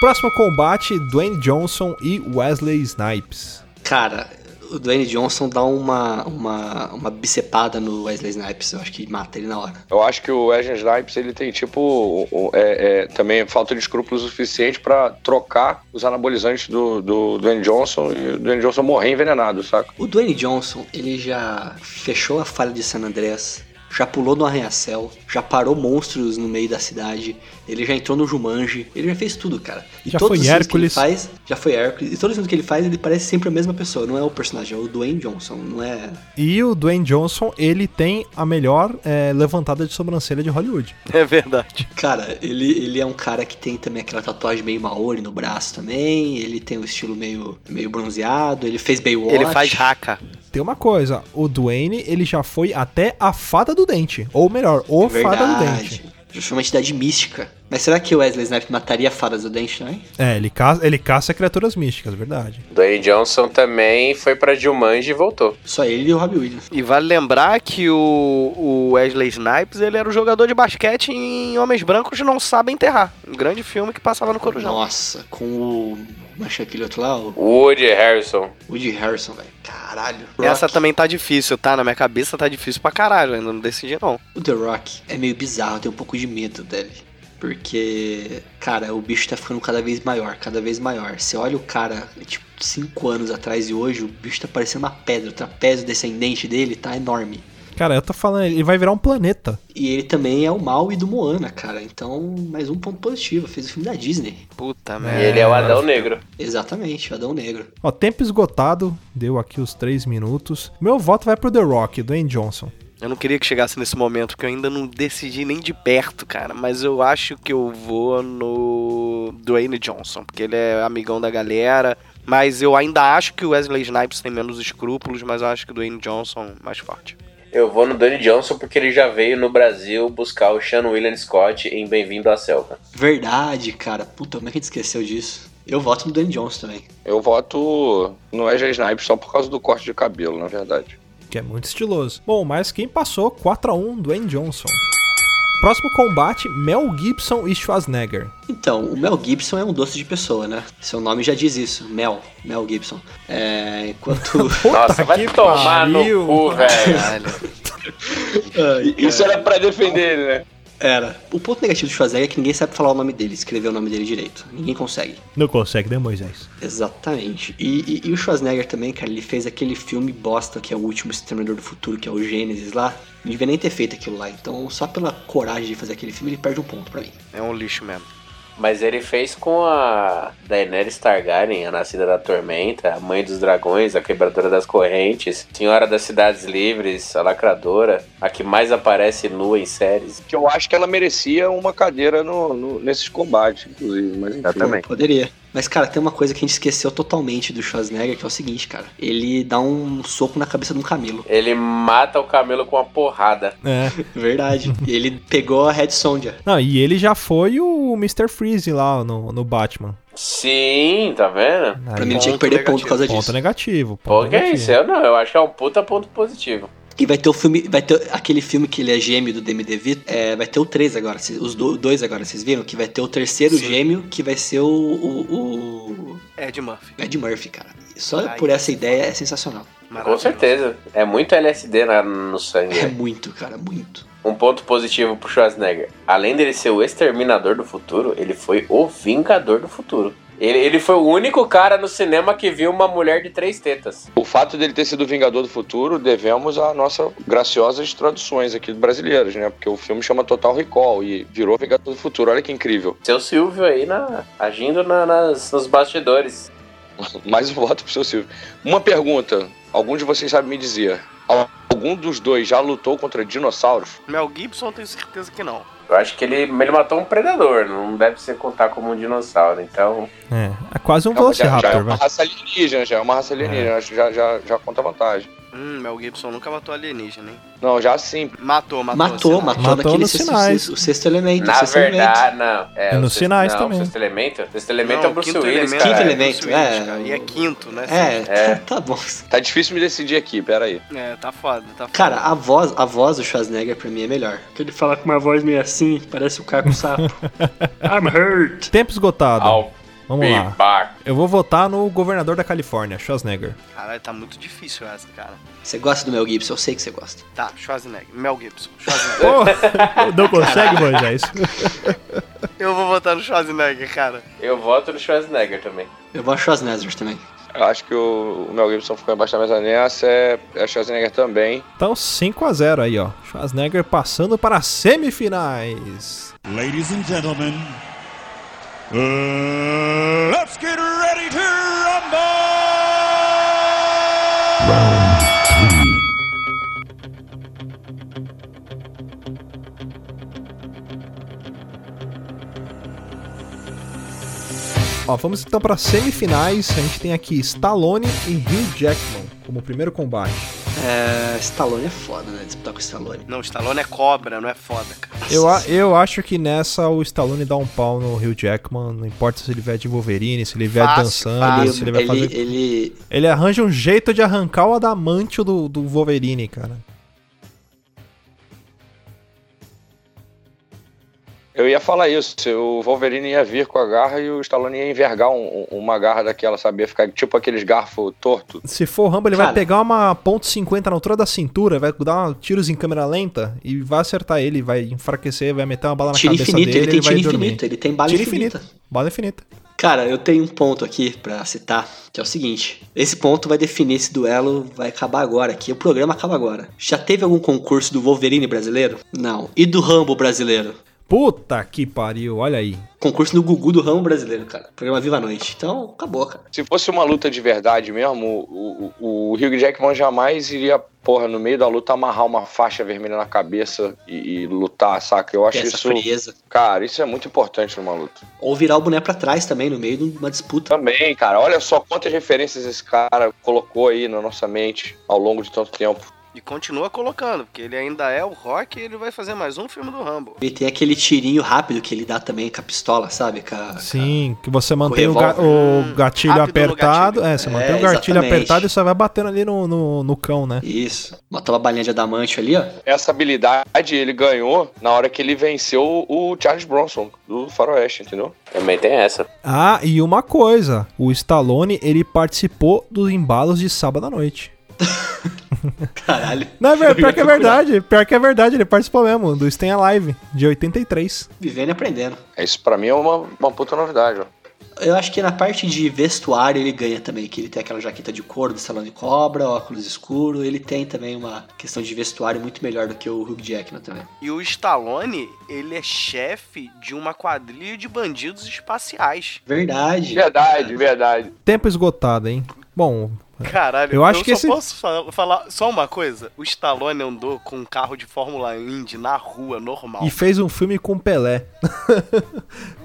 Próximo combate, Dwayne Johnson e Wesley Snipes. Cara, o Dwayne Johnson dá uma, uma, uma bicepada no Wesley Snipes. Eu acho que mata ele na hora. Eu acho que o Wesley Snipes, ele tem, tipo, o- o- é- é, também falta de escrúpulos o suficiente pra trocar os anabolizantes do, do Dwayne Johnson e o Dwayne Johnson morrer envenenado, saca? O Dwayne Johnson, ele já fechou a falha de San Andreas, já pulou no arranha-céu, já parou monstros no meio da cidade, ele já entrou no Jumanji, ele já fez tudo, cara. E Já todos foi os filmes que ele Hércules. faz, já foi Hércules, e todos os filmes que ele faz, ele parece sempre a mesma pessoa, não é o personagem, é o Dwayne Johnson, não é... E o Dwayne Johnson, ele tem a melhor eh, levantada de sobrancelha de Hollywood. É verdade. Cara, ele, ele é um cara que tem também aquela tatuagem meio Maori no braço também, ele tem um estilo meio, meio bronzeado, ele fez Baywatch. Ele faz raca. Tem uma coisa, o Dwayne, ele já foi até a fada do dente. Ou melhor, É o fada do dente. Foi uma entidade mística. Mas será que o Wesley Snipes mataria fadas do dente também? É, ele caça, ele caça criaturas místicas, verdade. Dwayne Johnson também foi pra Jumanji e voltou. Só ele e o Robbie Williams. E vale lembrar que o, o Wesley Snipes, ele era um jogador de basquete em Homens Brancos Não Sabem Enterrar. Um grande filme que passava no Corujão. Nossa, com o. Mancha aquele outro lá, o Woody Harrison. Woody Harrison, velho. Caralho. Essa Rock, também tá difícil, tá? Na minha cabeça tá difícil pra caralho, ainda não decidi não. O The Rock é meio bizarro, eu tenho um pouco de medo dele. Porque, cara, o bicho tá ficando cada vez maior, cada vez maior. Você olha o cara, tipo, cinco anos atrás e hoje, o bicho tá parecendo uma pedra. O trapézio descendente dele tá enorme. Cara, eu tô falando, ele vai virar um planeta. E ele também é o Maui do Moana, cara. Então, mais um ponto positivo. Fez o filme da Disney. Puta E merda. ele é o Adão Negro. Exatamente, o Adão Negro. Ó, tempo esgotado, deu aqui os três minutos. Meu voto vai pro The Rock, Dwayne Johnson. Eu não queria que chegasse nesse momento, porque eu ainda não decidi nem de perto, cara. Mas eu acho que eu vou no Dwayne Johnson, porque ele é amigão da galera. Mas eu ainda acho que o Wesley Snipes tem menos escrúpulos, mas eu acho que o Dwayne Johnson é mais forte. Eu vou no Dwayne Johnson porque ele já veio no Brasil buscar o Sean William Scott em Bem-vindo à Selva. Verdade, cara. Puta, como é que a gente esqueceu disso? Eu voto no Dan Johnson também. Eu voto no Wesley Snipes só por causa do corte de cabelo, na verdade. Que é muito estiloso. Bom, mas quem passou? 4x1, Dwayne Johnson. Próximo combate, Mel Gibson e Schwarzenegger. Então, o Mel Gibson é um doce de pessoa, né? Seu nome já diz isso. Mel. Mel Gibson. É, enquanto. Nossa, vai tomar pariu. no cu, velho. Ai, Isso era pra defender ele, né? Era. O ponto negativo do Schwarzenegger é que ninguém sabe falar o nome dele, escrever o nome dele direito. Ninguém consegue. Não consegue, né, Moisés? Exatamente. E, e- e o Schwarzenegger também, cara, ele fez aquele filme bosta que é o último Exterminador do Futuro, que é o Gênesis lá. Não devia nem ter feito aquilo lá. Então, só pela coragem de fazer aquele filme, ele perde um ponto pra mim. É um lixo mesmo. Mas ele fez com a Daenerys Targaryen, a nascida da tormenta, a mãe dos dragões, a quebradora das correntes, senhora das cidades livres, a lacradora, a que mais aparece nua em séries. Que eu acho que ela merecia uma cadeira no, no- nesses combates, inclusive. Mas enfim. Poderia. Mas, cara, tem uma coisa que a gente esqueceu totalmente do Schwarzenegger, que é o seguinte, cara. Ele dá um soco na cabeça de um camelo. Ele mata o camelo com uma porrada. É. Verdade. ele pegou a Red Sonja. Não, e ele já foi o Mr. Freeze lá no, no Batman. Sim, tá vendo? Aí, Pra mim, ele tinha que Ponto perder ponto negativo. por causa ponto disso. negativo. Ponto Pô, que é negativo. isso? Eu não, eu acho que é um puta ponto positivo. E vai ter o filme, vai ter aquele filme que ele é gêmeo do Demi DeVito, é, vai ter o 3 agora, cês- os do- dois agora, vocês viram? Que vai ter o terceiro gêmeo, que vai ser o, o, o Ed Murphy. Ed Murphy, cara. Só Ai. por essa ideia é sensacional. Com Maravilhoso. certeza. É muito LSD na- no sangue. É né? muito, cara, muito. Um ponto positivo pro Schwarzenegger. Além dele ser o exterminador do futuro, ele foi o vingador do futuro. Ele, ele foi o único cara no cinema que viu uma mulher de três tetas. O fato dele ter sido o Vingador do Futuro devemos a nossas graciosas traduções aqui brasileiras, né? Porque o filme chama Total Recall e virou Vingador do Futuro. Olha que incrível. Seu Silvio aí na, agindo na- nas, nos bastidores. Mais um voto pro seu Silvio. Uma pergunta. Algum de vocês sabe me dizer? Algum dos dois já lutou contra dinossauros? Mel Gibson, tenho certeza que não. Eu acho que ele, ele matou um predador, não deve ser contar como um dinossauro. Então, É, é quase um É uma- já, já é Velociraptor, uma velho. raça alienígena, já é uma raça alienígena. Acho que já, já, já conta vantagem. Hum, Mel Gibson nunca matou alienígena, hein? Não, já sim. Matou, matou. Matou, matou, sei lá. Matou naquele nos sexto, sinais. sexto- o sexto elemento. o na sexto Elemento. verdade, não. É, E o nos sexto- sinais não, também. O sexto elemento? O sexto elemento é Não, o Bruce quinto Willis, elemento, cara. Quinto é, elemento, Bruce Willis, é, cara. o- E é quinto, né? É, É. tá bom. Tá difícil me decidir aqui, peraí. É, tá foda, tá foda. Cara, a voz, a voz do Schwarzenegger pra mim é melhor. Porque ele fala com uma voz meio assim, parece o Caco Sapo. I'm hurt. Tempo esgotado. I'll Vamos be lá. back. Eu vou votar no governador da Califórnia, Schwarzenegger. Caralho, tá muito difícil essa, cara. Você gosta do Mel Gibson? Eu sei que você gosta. Tá, Schwarzenegger. Mel Gibson. Schwarzenegger. Pô, não consegue, Moisés? eu vou votar no Schwarzenegger, cara. Eu voto no Schwarzenegger também. Eu vou a Schwarzenegger também. Eu acho que o, o Mel Gibson ficou embaixo da mesa nessa, é, é Schwarzenegger também. Então 5 a 0 aí, ó. Schwarzenegger passando para as semifinais. Ladies and gentlemen, uh, let's get ready to rumble! Ó, vamos então para as semifinais. A gente tem aqui Stallone e Hugh Jackman como primeiro combate. É, Stallone é foda, né? Disputar com o Stallone. Não, Stallone é cobra, não é foda, cara. Eu, a- eu acho que nessa o Stallone dá um pau no Hugh Jackman, não importa se ele vier de Wolverine, se ele vier Fácil, dançando, fácil. se ele vai fazer. ele, ele- Ele arranja um jeito de arrancar o adamantio do, do Wolverine, cara. Eu ia falar isso, se o Wolverine ia vir com a garra e o Stallone ia envergar um- um- uma garra daquela, sabia? Ficar tipo aqueles garfo torto. Se for Rambo, ele vai Cara. pegar uma ponto .50 na altura da cintura, vai dar um tiros em câmera lenta e vai acertar ele, vai enfraquecer, vai meter uma bala na Tiro cabeça infinito, dele ele e tem vai tiro dormir. infinito, ele tem bala Tiro infinita. infinito. Bala infinita. Cara, eu tenho um ponto aqui pra citar, que é o seguinte. Esse ponto vai definir esse duelo, vai acabar agora aqui. O programa acaba agora. Já teve algum concurso do Wolverine brasileiro? Não. E do Rambo brasileiro? Puta que pariu, olha aí. Concurso do Gugu do Rambo brasileiro, cara. Programa Viva a Noite. Então, acabou, cara. Se fosse uma luta de verdade mesmo, o, o, o Hugh Jackman jamais iria, porra, no meio da luta amarrar uma faixa vermelha na cabeça e, e lutar, saca? Eu acho Peça isso. frieza. Cara, isso é muito importante numa luta. Ou virar o boné pra trás também, no meio de uma disputa. Também, cara, olha só quantas referências esse cara colocou aí na nossa mente ao longo de tanto tempo. E continua colocando, porque ele ainda é o Rock e ele vai fazer mais um filme do Rambo. E tem aquele tirinho rápido que ele dá também com a pistola, sabe? Com a- Sim, que você mantém o, revólver. ga- o Hum, gatilho rápido no apertado. gatilho. É, você É, mantém o gatilho exatamente. apertado e só vai batendo ali no, no, no cão, né? Isso. Botar uma balinha de adamante ali, ó. Essa habilidade ele ganhou na hora que ele venceu o Charles Bronson do Faroeste, entendeu? Também tem essa. Ah, e uma coisa, o Stallone, ele participou dos embalos de sábado à noite. Caralho. Não, é ver- pior que é verdade, pior que é verdade, ele participou mesmo do Stay Alive, de 83. Vivendo e aprendendo. Isso pra mim é uma, uma puta novidade, ó. Eu acho que na parte de vestuário ele ganha também, que ele tem aquela jaqueta de couro do salão de cobra, óculos escuro, ele tem também uma questão de vestuário muito melhor do que o Hugh Jackman também. E o Stallone, ele é chefe de uma quadrilha de bandidos espaciais. Verdade. É. Verdade, verdade. Tempo esgotado, hein? Bom, Caralho, Eu acho que só esse- posso fa- falar só uma coisa. O Stallone andou com um carro de Fórmula Indy na rua, normal. e fez um filme com Pelé.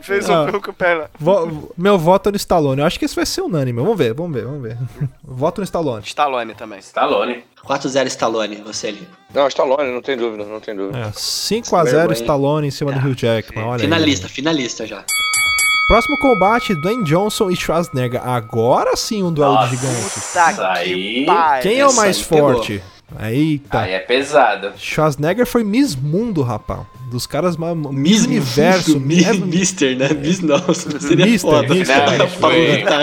Fez Ah. um filme com o Pelé. Vo- meu voto é no Stallone, eu acho que esse vai ser unânime, vamos ver, vamos ver, vamos ver. Voto no Stallone. Stallone também. Stallone. 4-0 Stallone, você ali. Não, Stallone, não tem dúvida, não tem dúvida. É, 5x0 Vergonha. Stallone em cima do Hugh Jackman, olha aí. finalista, finalista já. Próximo combate, Dwayne Johnson e Schwarzenegger. Agora sim um duelo Nossa. de gigantes. Puta que aí- pariu. Quem é o mais aí pegou. forte? Eita. Aí é pesado. Schwarzenegger foi Miss Mundo, rapaz. Dos caras mais... Miss Miss Universo. Mi, é- Mister, né? Miss não, seria Mister, foda. Mister. Não, ele Falou foi- do Tar,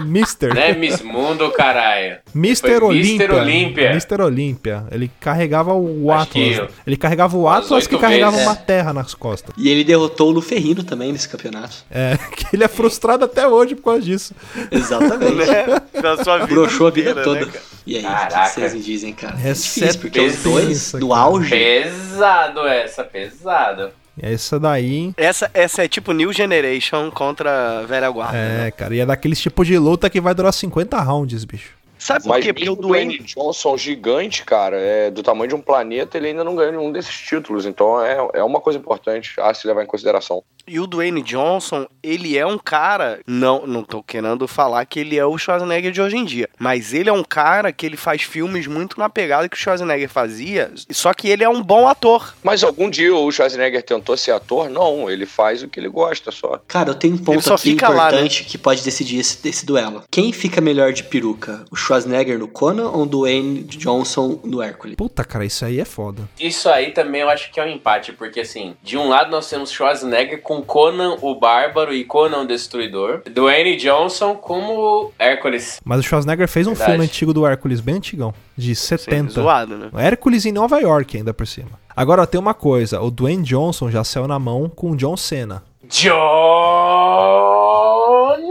né? Mister. Né, Miss Mundo, caralho? Mister Foi Olímpia. Mr. Olímpia. Mr. Olímpia. Ele carregava o Acho que Atlas. Ele carregava o umas Atlas que oito carregava vezes. uma terra nas costas. E ele derrotou o Luferrino também nesse campeonato. É, que ele é frustrado até hoje por causa disso. Exatamente. Né? Da sua vida Broxou a vida inteira, toda. né, cara? e aí, o Caraca. que vocês me dizem, cara? É É difícil, porque os certeza dois, isso, do cara. auge, Pesado essa, pesado. é Essa daí, hein? Essa, essa é tipo New Generation contra a Velha Guarda. né? É, cara, e é daqueles tipos de luta que vai durar 50 rounds, bicho. É, Sabe por Mas quê? Porque mesmo o o Dwayne Duane. Johnson gigante, cara, é do tamanho de um planeta, ele ainda não ganhou nenhum desses títulos. Então é, é uma coisa importante a se levar em consideração. E o Dwayne Johnson, ele é um cara. Não, não tô querendo falar que ele é o Schwarzenegger de hoje em dia. Mas ele é um cara que ele faz filmes muito na pegada que o Schwarzenegger fazia. Só que ele é um bom ator. Mas algum dia o Schwarzenegger tentou ser ator? Não, ele faz o que ele gosta só. Cara, eu tenho um ponto Ele só aqui fica lá, né? importante que pode decidir esse, esse duelo. Quem fica melhor de peruca? O Schwarzenegger no Conan ou o Dwayne Johnson no Hércules? Puta, cara, isso aí é foda. Isso aí também eu acho que é um empate, porque assim, de um lado nós temos Schwarzenegger com Conan o Bárbaro e Conan o Destruidor, Dwayne Johnson como Hércules. Mas o Schwarzenegger fez um Verdade. filme antigo do Hércules, bem antigão, de Sempre 70. zoado, né? Hércules em Nova York, ainda por cima. Agora, ó, tem uma coisa: o Dwayne Johnson já saiu na mão com o John Cena. John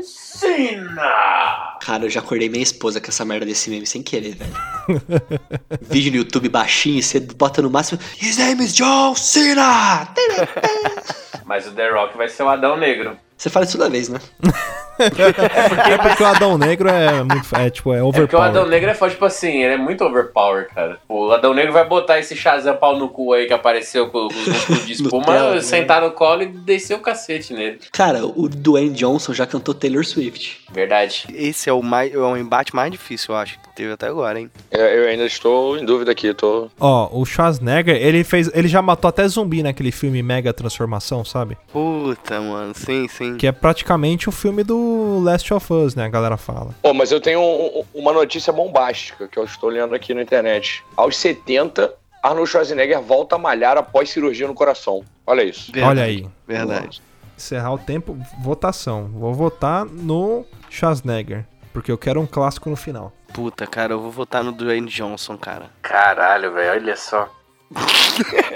Cena! Cara, eu já acordei minha esposa com essa merda desse meme sem querer, velho. Vídeo no YouTube baixinho, você bota no máximo. His name is John Cena! Mas o The Rock vai ser o Adão Negro. Você fala isso toda vez, né? É porque o Adão Negro é muito. É tipo, é É porque o Adão overpower. Negro é forte, tipo assim, ele é muito overpower, cara. O Adão Negro vai botar esse Shazam pau no cu aí que apareceu com os músculos de espuma, Nutella, né? sentar no colo e descer o cacete nele. Cara, o Dwayne Johnson já cantou Taylor Swift. Verdade. Esse é o, mais, é o embate mais difícil, eu acho, que teve até agora, hein? É, eu ainda estou em dúvida aqui, tô. Ó, o Schwarzenegger, ele fez. Ele já matou até zumbi naquele filme Mega Transformação, sabe? Puta, mano, sim, sim. Que é praticamente o filme do Last of Us, né? A galera fala. Pô, mas eu tenho um- um- uma notícia bombástica que eu estou lendo aqui na internet. Aos 70, Arnold Schwarzenegger volta a malhar após cirurgia no coração. Olha isso. Olha aí. Verdade. Encerrar o tempo, votação. Vou votar no Schwarzenegger. Porque eu quero um clássico no final. Puta, cara, eu vou votar no Dwayne Johnson, cara. Caralho, velho, olha só.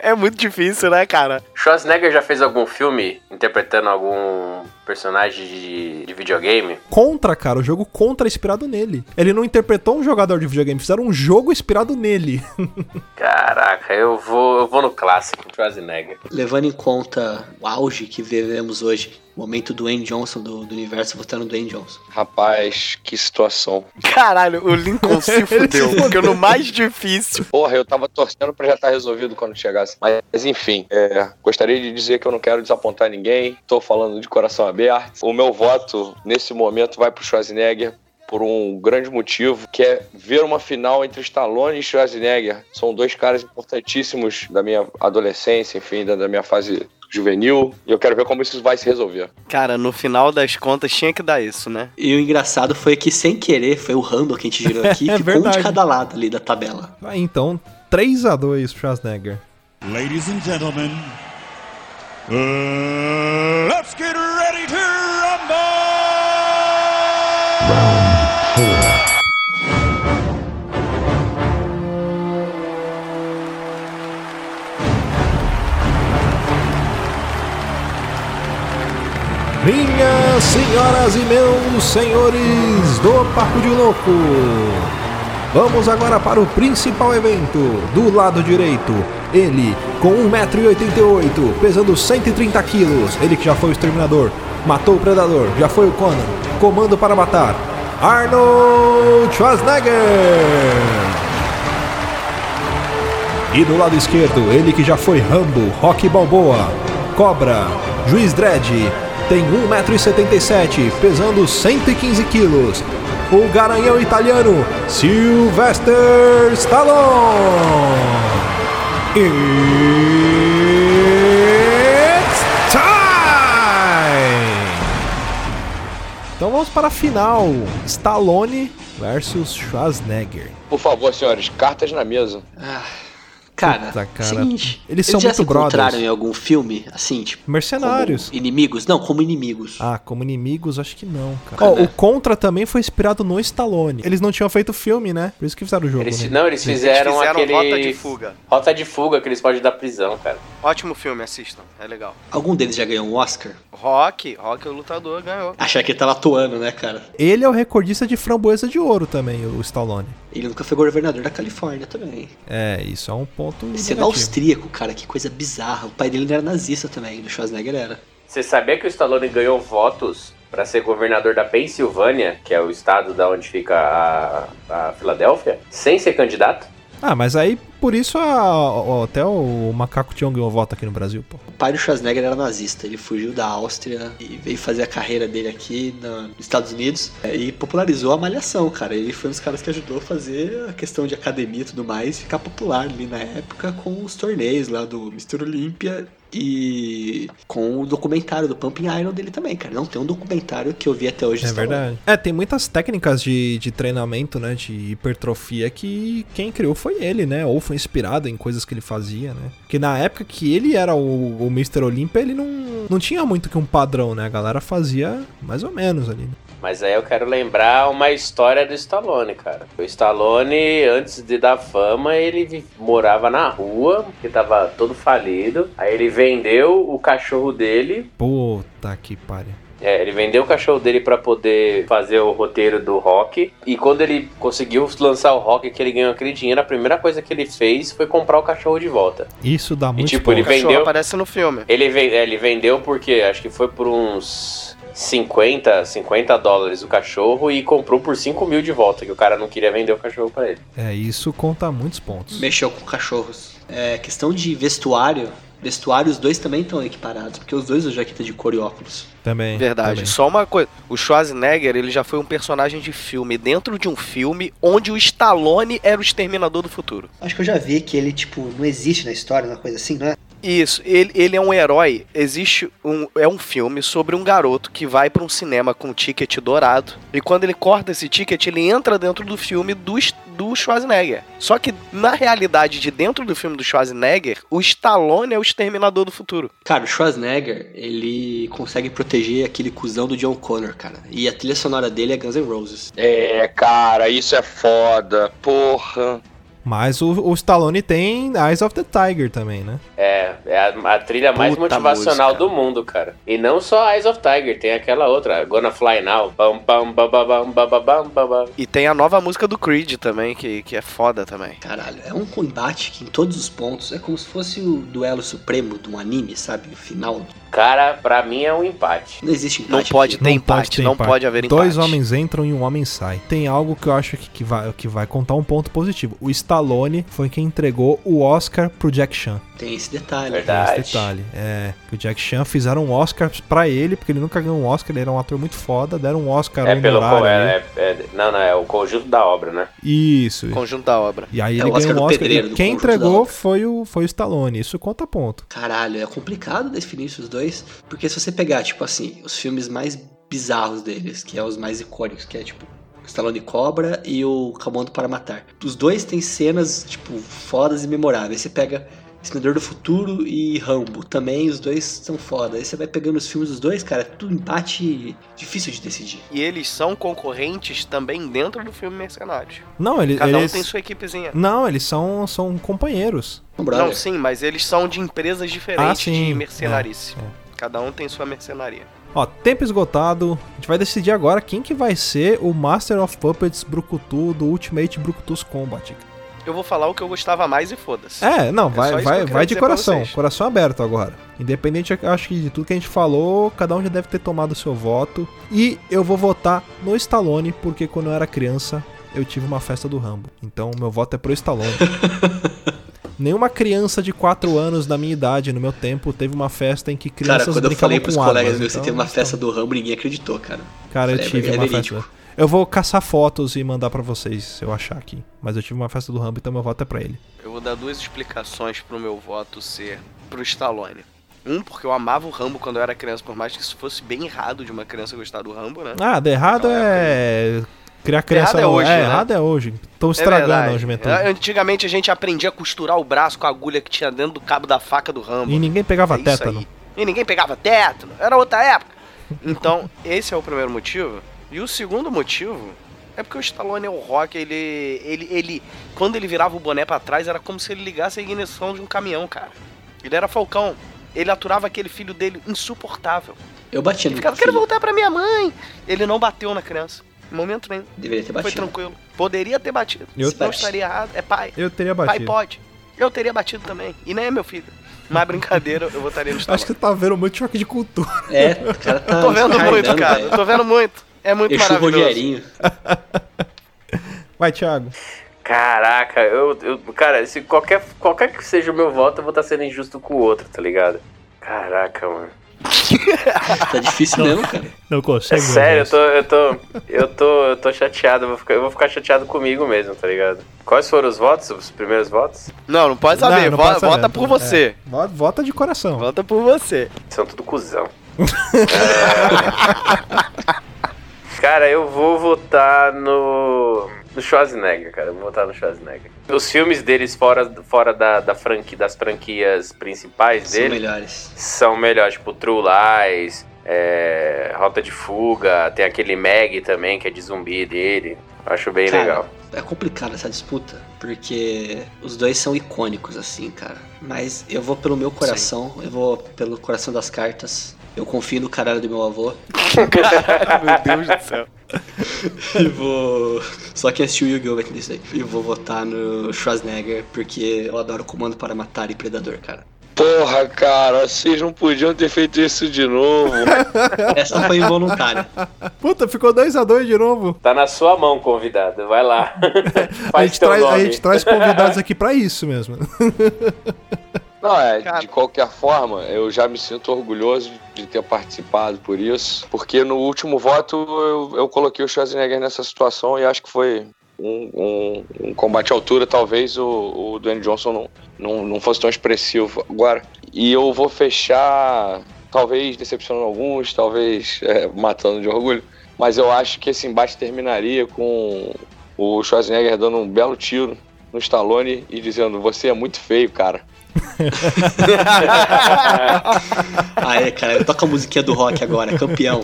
É muito difícil, né, cara? Schwarzenegger já fez algum filme interpretando algum personagem de, de videogame? Contra, cara, o jogo contra é inspirado nele. Ele não interpretou um jogador de videogame, fizeram um jogo inspirado nele. Caraca, eu vou, eu vou no clássico, Schwarzenegger. Levando em conta o auge que vivemos hoje, o momento Dwayne Johnson do, do universo votando Dwayne Johnson. Rapaz, que situação. Caralho, o Lincoln se fudeu. Porque no mais difícil. Porra, eu tava torcendo pra já estar resolvido quando chegasse. Mas enfim, é, gostaria de dizer que eu não quero desapontar ninguém. Tô falando de coração aberto. O meu voto nesse momento vai pro Schwarzenegger por um grande motivo, que é ver uma final entre Stallone e Schwarzenegger. São dois caras importantíssimos da minha adolescência, enfim, da, da minha fase juvenil. E eu quero ver como isso vai se resolver. Cara, no final das contas tinha que dar isso, né? E o engraçado foi que, sem querer, foi o Rumble que a gente girou aqui, É ficou um verdade. de cada lado ali da tabela. Vai então, 3 a 2 pro Schwarzenegger. Ladies and gentlemen, uh, let's get ready to rumble! Minhas senhoras e meus senhores do Papo de Louco, vamos agora para o principal evento. Do lado direito, ele com 1,88m, pesando 130kg, ele que já foi o exterminador, matou o predador, já foi o Conan, comando para matar, Arnold Schwarzenegger. E do lado esquerdo, ele que já foi Rambo, Rock Balboa, Cobra, Juiz Dredd, tem 1,77m, pesando 115kg. O garanhão italiano, Sylvester Stallone. It's time! Então vamos para a final, Stallone versus Schwarzenegger. Por favor, senhores, cartas na mesa. Cara, Puta, cara. seguinte, Eles são já muito se encontraram brothers. em algum filme, assim, tipo, Mercenários. como inimigos? Não, como inimigos. Ah, como inimigos, acho que não, cara. Cara, Ó, né? o Contra também foi inspirado no Stallone. Eles não tinham feito filme, né? Por isso que fizeram o jogo. Eles, Uhum. né? não, eles Eles fizeram, fizeram aquele. Rota de Fuga. Rota de fuga que eles podem dar prisão, cara. Ótimo filme, assistam. É legal. Algum deles já ganhou um Oscar? Rock, Rock o lutador ganhou. Achar que ele tava atuando, né, cara? Ele é o recordista de framboesa de ouro também, o Stallone. Ele nunca foi governador da Califórnia também. É, isso é um ponto. Sendo negativo. austríaco, cara, que coisa bizarra. O pai dele não era nazista também, do Schwarzenegger era. Você sabia que o Stallone ganhou votos pra ser governador da Pensilvânia, que é o estado da onde fica a, a Filadélfia, sem ser candidato? Ah, mas aí por isso a- ó, até o Macaco Tião ganhou voto aqui no Brasil, pô. O pai do Schwarzenegger era nazista. Ele fugiu da Áustria e veio fazer a carreira dele aqui na- nos Estados Unidos é, e popularizou a malhação, cara. Ele foi um dos caras que ajudou a fazer a questão de academia e tudo mais ficar popular ali na época com os torneios lá do Mr. Olímpia. E com o documentário do Pumping Iron dele também, cara. Não tem um documentário que eu vi até hoje. então É Stallone. verdade. É, tem muitas técnicas de, de treinamento, né? De hipertrofia que quem criou foi ele, né? Ou foi inspirado em coisas que ele fazia, né? Porque na época que ele era o, o Mr. Olympia, ele não, não tinha muito que um padrão, né? A galera fazia mais ou menos ali. né? Mas aí eu quero lembrar uma história do Stallone, cara. O Stallone, antes de dar fama, ele vi- morava na rua, que tava todo falido. Aí ele vendeu o cachorro dele Puta que pariu. É, ele vendeu o cachorro dele pra poder fazer o roteiro do rock. E quando ele conseguiu lançar o rock, que ele ganhou aquele dinheiro, a primeira coisa que ele fez foi comprar o cachorro de volta. Isso dá muito tipo, ponto. ele O cachorro vendeu? aparece no filme. Ele, ven- é, ele vendeu porque acho que foi por uns 50, 50 dólares o cachorro e comprou por 5 mil de volta, que o cara não queria vender o cachorro pra ele. É, isso conta muitos pontos. Mexeu com cachorros. É, questão de vestuário. Vestuário, os dois também estão equiparados, porque os dois usam jaqueta de couro e óculos. Também. Verdade. também. Só uma coisa. O Schwarzenegger, ele já foi um personagem de filme dentro de um filme onde o Stallone era o exterminador do futuro. Acho que eu já vi que ele, tipo, não existe na história, uma coisa assim, não é? Isso, ele, ele é um herói. Existe um. É um filme sobre um garoto que vai pra um cinema com um ticket dourado. E quando ele corta esse ticket, ele entra dentro do filme do, S- do Schwarzenegger. Só que, na realidade, de dentro do filme do Schwarzenegger, o Stallone é o exterminador do futuro. Cara, o Schwarzenegger, ele consegue proteger aquele cuzão do John Connor, cara. E a trilha sonora dele é Guns N' Roses. É, cara, isso é foda. Porra. Mas o, o Stallone tem Eyes of the Tiger também, né? É, é a, a trilha mais Puta motivacional música. do mundo, cara. E não só Eyes of Tiger, tem aquela outra, Gonna Fly Now. Bam, bam, bam, bam, bam, bam, bam, bam, bam, bam. E tem a nova música do Creed também, que, que é foda também. Caralho, é um combate que em todos os pontos é como se fosse o duelo supremo de um anime, sabe? O final. Cara, pra mim é um empate. Não existe Não empate. pode ter Não empate, ter não empate. pode haver empate. Dois homens entram e um homem sai. Tem algo que eu acho que, que vai, que vai contar um ponto positivo. O Stallone foi quem entregou o Oscar pro Jack Chan. Tem esse detalhe. Tem Verdade. Esse detalhe. É, que o Jack Chan fizeram um Oscar pra ele, porque ele nunca ganhou um Oscar, ele era um ator muito foda, deram um Oscar É pelo honorário. co- ali. né? é, é- é- não, não, é o conjunto da obra, né? Isso. Conjunto da obra. E aí É ele o Oscar ganhou um do Oscar. pedreiro, e do quem conjunto da entregou obra. foi o, foi o Stallone. Isso conta ponto. Caralho, é complicado definir esses dois, porque se você pegar, tipo assim, os filmes mais bizarros deles, que é os mais icônicos, que é tipo o Stallone Cobra e o Comando para Matar. Os dois têm cenas, tipo, fodas e memoráveis. Você pega Exterminador do Futuro e Rambo, também os dois são foda. Aí você vai pegando os filmes dos dois, cara, é tudo empate difícil de decidir. E eles são concorrentes também dentro do filme Mercenários. Não, ele, Cada um eles. tem sua equipezinha. Não, eles são, são companheiros. Não, Não, brother, sim, mas eles são de empresas diferentes Ah, sim. de mercenarice. É, Cada um tem sua mercenaria. Ó, tempo esgotado. A gente vai decidir agora quem que vai ser o Master of Puppets Brucutu do Ultimate Brucutus Combat. Eu vou falar o que eu gostava mais e foda-se. É, não, vai, só isso que eu vai, queria vai de dizer pra coração. vocês. Coração aberto agora. Independente, eu acho que de tudo que a gente falou, cada um já deve ter tomado o seu voto. E eu vou votar no Stallone, porque quando eu era criança, eu tive uma festa do Rambo. Então, meu voto é pro Stallone. Nenhuma criança de 4 anos da minha idade, no meu tempo, teve uma festa em que cara, crianças quando eu brincavam falei pros com colegas armas, meus que então, teve uma então- festa do Rambo, ninguém acreditou, cara. Cara, eu É, tive é uma verídico. festa. Eu vou caçar fotos e mandar pra vocês se eu achar aqui. Mas eu tive uma festa do Rambo, então meu voto é pra ele. Eu vou dar duas explicações pro meu voto ser pro Stallone. Um, porque eu amava o Rambo quando eu era criança, por mais que isso fosse bem errado de uma criança gostar do Rambo, né? Ah, de errado Naquela é. Criar criança Errado é não. hoje, é, né? errado é hoje. Estão É estragando verdade. a juventude. Antigamente a gente aprendia a costurar o braço com a agulha que tinha dentro do cabo da faca do Rambo. E ninguém pegava É isso tétano. aí. E ninguém pegava tétano. Era outra época. Então, esse é o primeiro motivo. E o segundo motivo é porque o Stallone é o rock, ele, ele, ele. Quando ele virava o boné pra trás, era como se ele ligasse a ignição de um caminhão, cara. Ele era falcão. Ele aturava aquele filho dele insuportável. Eu bati Ele no ficava, filho, quero voltar pra minha mãe. Ele não bateu na criança. Em momento nenhum. deveria ter Foi batido. tranquilo. Poderia ter batido. Eu- não estaria errado. É pai. Eu teria Pai batido. pode. Eu teria batido também. E nem é meu filho. Mas brincadeira, eu votaria no Stallone. Acho que você tá vendo muito choque de cultura. É, o cara tá Tô vendo muito, escarregando, cara. velho. Tô vendo muito. É muito Exu maravilhoso. Rogerinho. Vai, Thiago. Caraca, eu, eu- Cara, se qualquer, qualquer que seja o meu voto, eu vou estar sendo injusto com o outro, tá ligado? Caraca, mano. Tá difícil mesmo, cara. Não É consegue. né? sério, eu tô, eu tô. Eu tô. Eu tô chateado, eu vou, ficar, eu vou ficar chateado comigo mesmo, tá ligado? Quais foram os votos, os primeiros votos? Não, não pode saber. Vo- vota por você. É, Vota de coração. Vota por você. São tudo cuzão. É. cara, eu vou votar no. No Schwarzenegger, cara. Eu vou votar no Schwarzenegger. Os filmes deles fora, fora da, da franqui, das franquias principais São dele melhores. são melhores, tipo True Lies, é, Rota de Fuga, tem aquele Meg também, que é de zumbi dele. Eu Acho bem Cara, legal. É complicada essa disputa, porque os dois são icônicos, assim, cara. Mas eu vou pelo meu coração, eu vou pelo coração das cartas. Eu confio no caralho do meu avô Meu Deus do céu. e vou. Só quem assistiu Yu-Gi-Oh! vai entender isso aí. E vou votar no Schwarzenegger porque eu adoro Comando para Matar e Predador, cara. Porra, cara, vocês não podiam ter feito isso de novo. Essa foi involuntária. Puta, ficou 2x2 de novo. Tá na sua mão, convidado. Vai lá. A Faz gente, teu traz, a nome. gente traz convidados aqui pra isso mesmo. Não, é, Cara. de qualquer forma, eu já me sinto orgulhoso de ter participado por isso, porque no último voto eu, eu coloquei o Schwarzenegger nessa situação e acho que foi um, um- um combate à altura, talvez o, o Dwayne Johnson não, não, não fosse tão expressivo agora. E eu vou fechar, talvez decepcionando alguns, talvez é, matando de orgulho, mas eu acho que esse embate terminaria com o Schwarzenegger dando um belo tiro no Stallone e dizendo: Você é muito feio, cara. Aê, cara, toca a musiquinha do rock agora, campeão.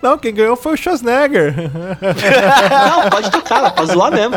Não, quem ganhou foi o Schwarzenegger. Não, pode tocar, pode zoar mesmo.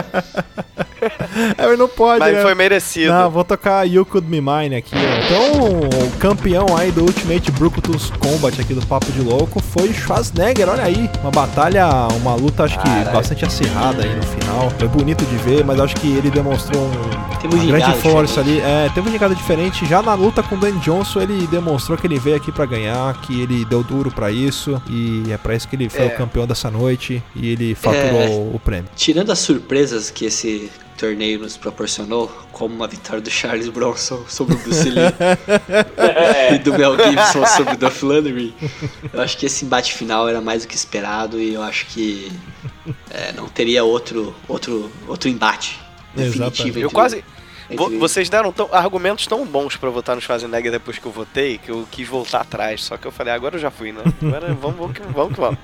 É, mas não pode, Mas né? foi merecido. Não, vou tocar You Could Me Mine aqui. ó. Então, o campeão aí do Ultimate Brucutus Combat aqui do Papo de Louco foi Schwarzenegger, olha aí. Uma batalha, uma luta acho que bastante acirrada aí no final. Foi bonito de ver, mas acho que ele demonstrou um Temos uma grande gingado, força ali. É, teve um gingado diferente. Já na luta com o Dan Johnson, ele demonstrou que ele veio aqui pra ganhar, que ele deu duro pra isso. E é pra isso que ele foi É. o campeão dessa noite. E ele faturou É. o- o prêmio. Tirando as surpresas que esse torneio nos proporcionou, como a vitória do Charles Bronson sobre o Bruce Lee e do Mel Gibson sobre o Duff Landry, eu acho que esse embate final era mais do que esperado e eu acho que é, não teria outro, outro, outro embate Exatamente. definitivo. Eu entre- quase. entre- vo- Vocês deram tão- argumentos tão bons pra votar no Schwarzenegger depois que eu votei que eu quis voltar atrás. Só que eu falei, agora eu já fui, né? Agora vamos, vamos, que vamos que vamos.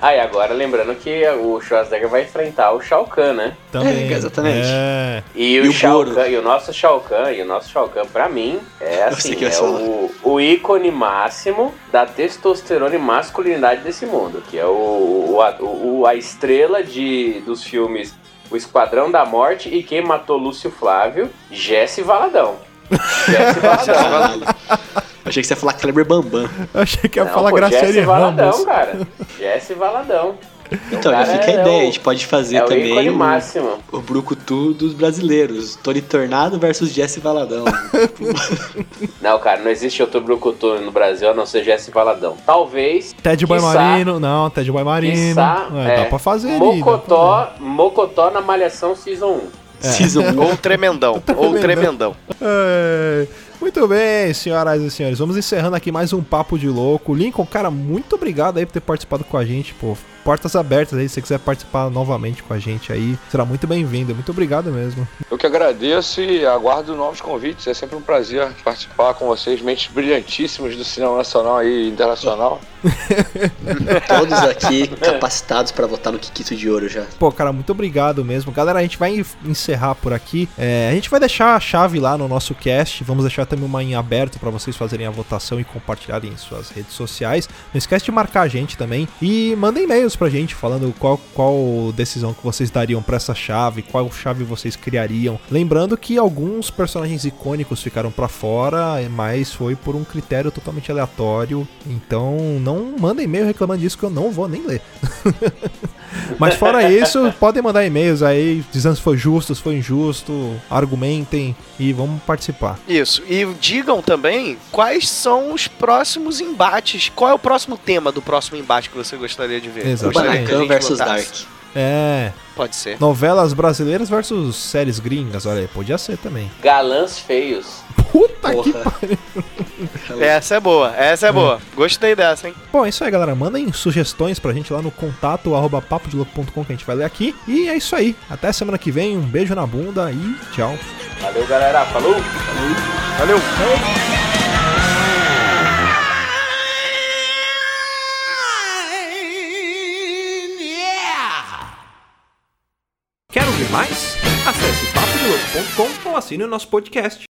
Ah, e agora lembrando que o Schwarzenegger vai enfrentar o Shao Kahn, né? Também. É, exatamente. É. E o, E o Shao Goro. Kahn, e o nosso Shao Kahn, e o nosso Shao Kahn, pra mim, é sei assim, que vai é o, o ícone máximo da testosterona e masculinidade desse mundo, que é o, o- a, o- a estrela de, dos filmes O Esquadrão da Morte e quem matou Lúcio Flávio, Jesse Valadão. Jesse Valadão. Caralho. Eu achei que você ia falar Kleber Bambam. Eu achei que ia Não, falar pô, Graciele Jesse Ramos. Valadão, cara. Jesse Valadão. Então, cara já fica a é ideia, o- a gente pode fazer É o também ícone o- máximo. O Brucutu dos brasileiros. Tony Tornado versus Jesse Valadão. Não, cara, não existe outro brucutu no Brasil a não ser Jesse Valadão. Talvez Ted Boy Quiçá- Marino, não, Ted Boy Marino. Quiçá, É, Dá é, pra fazer ali. dá Mocotó, Mocotó na Malhação Season 1. Season 1. Ou tremendão. ou tremendão. pra- É, Muito bem, senhoras e senhores. Vamos encerrando aqui mais um Papo de Louco. Lincoln, cara, muito obrigado aí por ter participado com a gente, pô. Portas abertas aí, se você quiser participar novamente com a gente aí, será muito bem-vindo. Muito obrigado mesmo. Eu que agradeço e aguardo novos convites. É sempre um prazer participar com vocês, mentes brilhantíssimas do cinema nacional e internacional. Todos aqui capacitados pra votar no Kikito de Ouro já. Pô, cara, muito obrigado mesmo. Galera, a gente vai encerrar por aqui. É, a gente vai deixar a chave lá no nosso cast. Vamos deixar também uma em aberto pra vocês fazerem a votação e compartilharem em suas redes sociais. Não esquece de marcar a gente também. E mandem e-mails pra gente falando qual, qual decisão que vocês dariam pra essa chave, qual chave vocês criariam. Lembrando que alguns personagens icônicos ficaram pra fora, mas foi por um critério totalmente aleatório. Então, não mandem e-mail reclamando disso que eu não vou nem ler. Mas fora isso, podem mandar e-mails aí, dizendo se foi justo, se foi injusto, argumentem e vamos participar. Isso. E digam também quais são os próximos embates. Qual é o próximo tema do próximo embate que você gostaria de ver? Exatamente. Gostaria que a Banacan gente versus votasse? Dark. É, Pode ser. novelas brasileiras versus séries gringas, olha aí, podia ser também. Galãs feios. Puta que Porra. Essa é boa, essa é boa. Gostei dessa, hein? Bom, é isso aí, galera. Mandem sugestões pra gente lá no contato arroba papodiloco.com que a gente vai ler aqui. E é isso aí. Até semana que vem. Um beijo na bunda e tchau. Valeu, galera. Falou! Valeu. Quero ver mais? Acesse papodiloco.com ou assine o nosso podcast.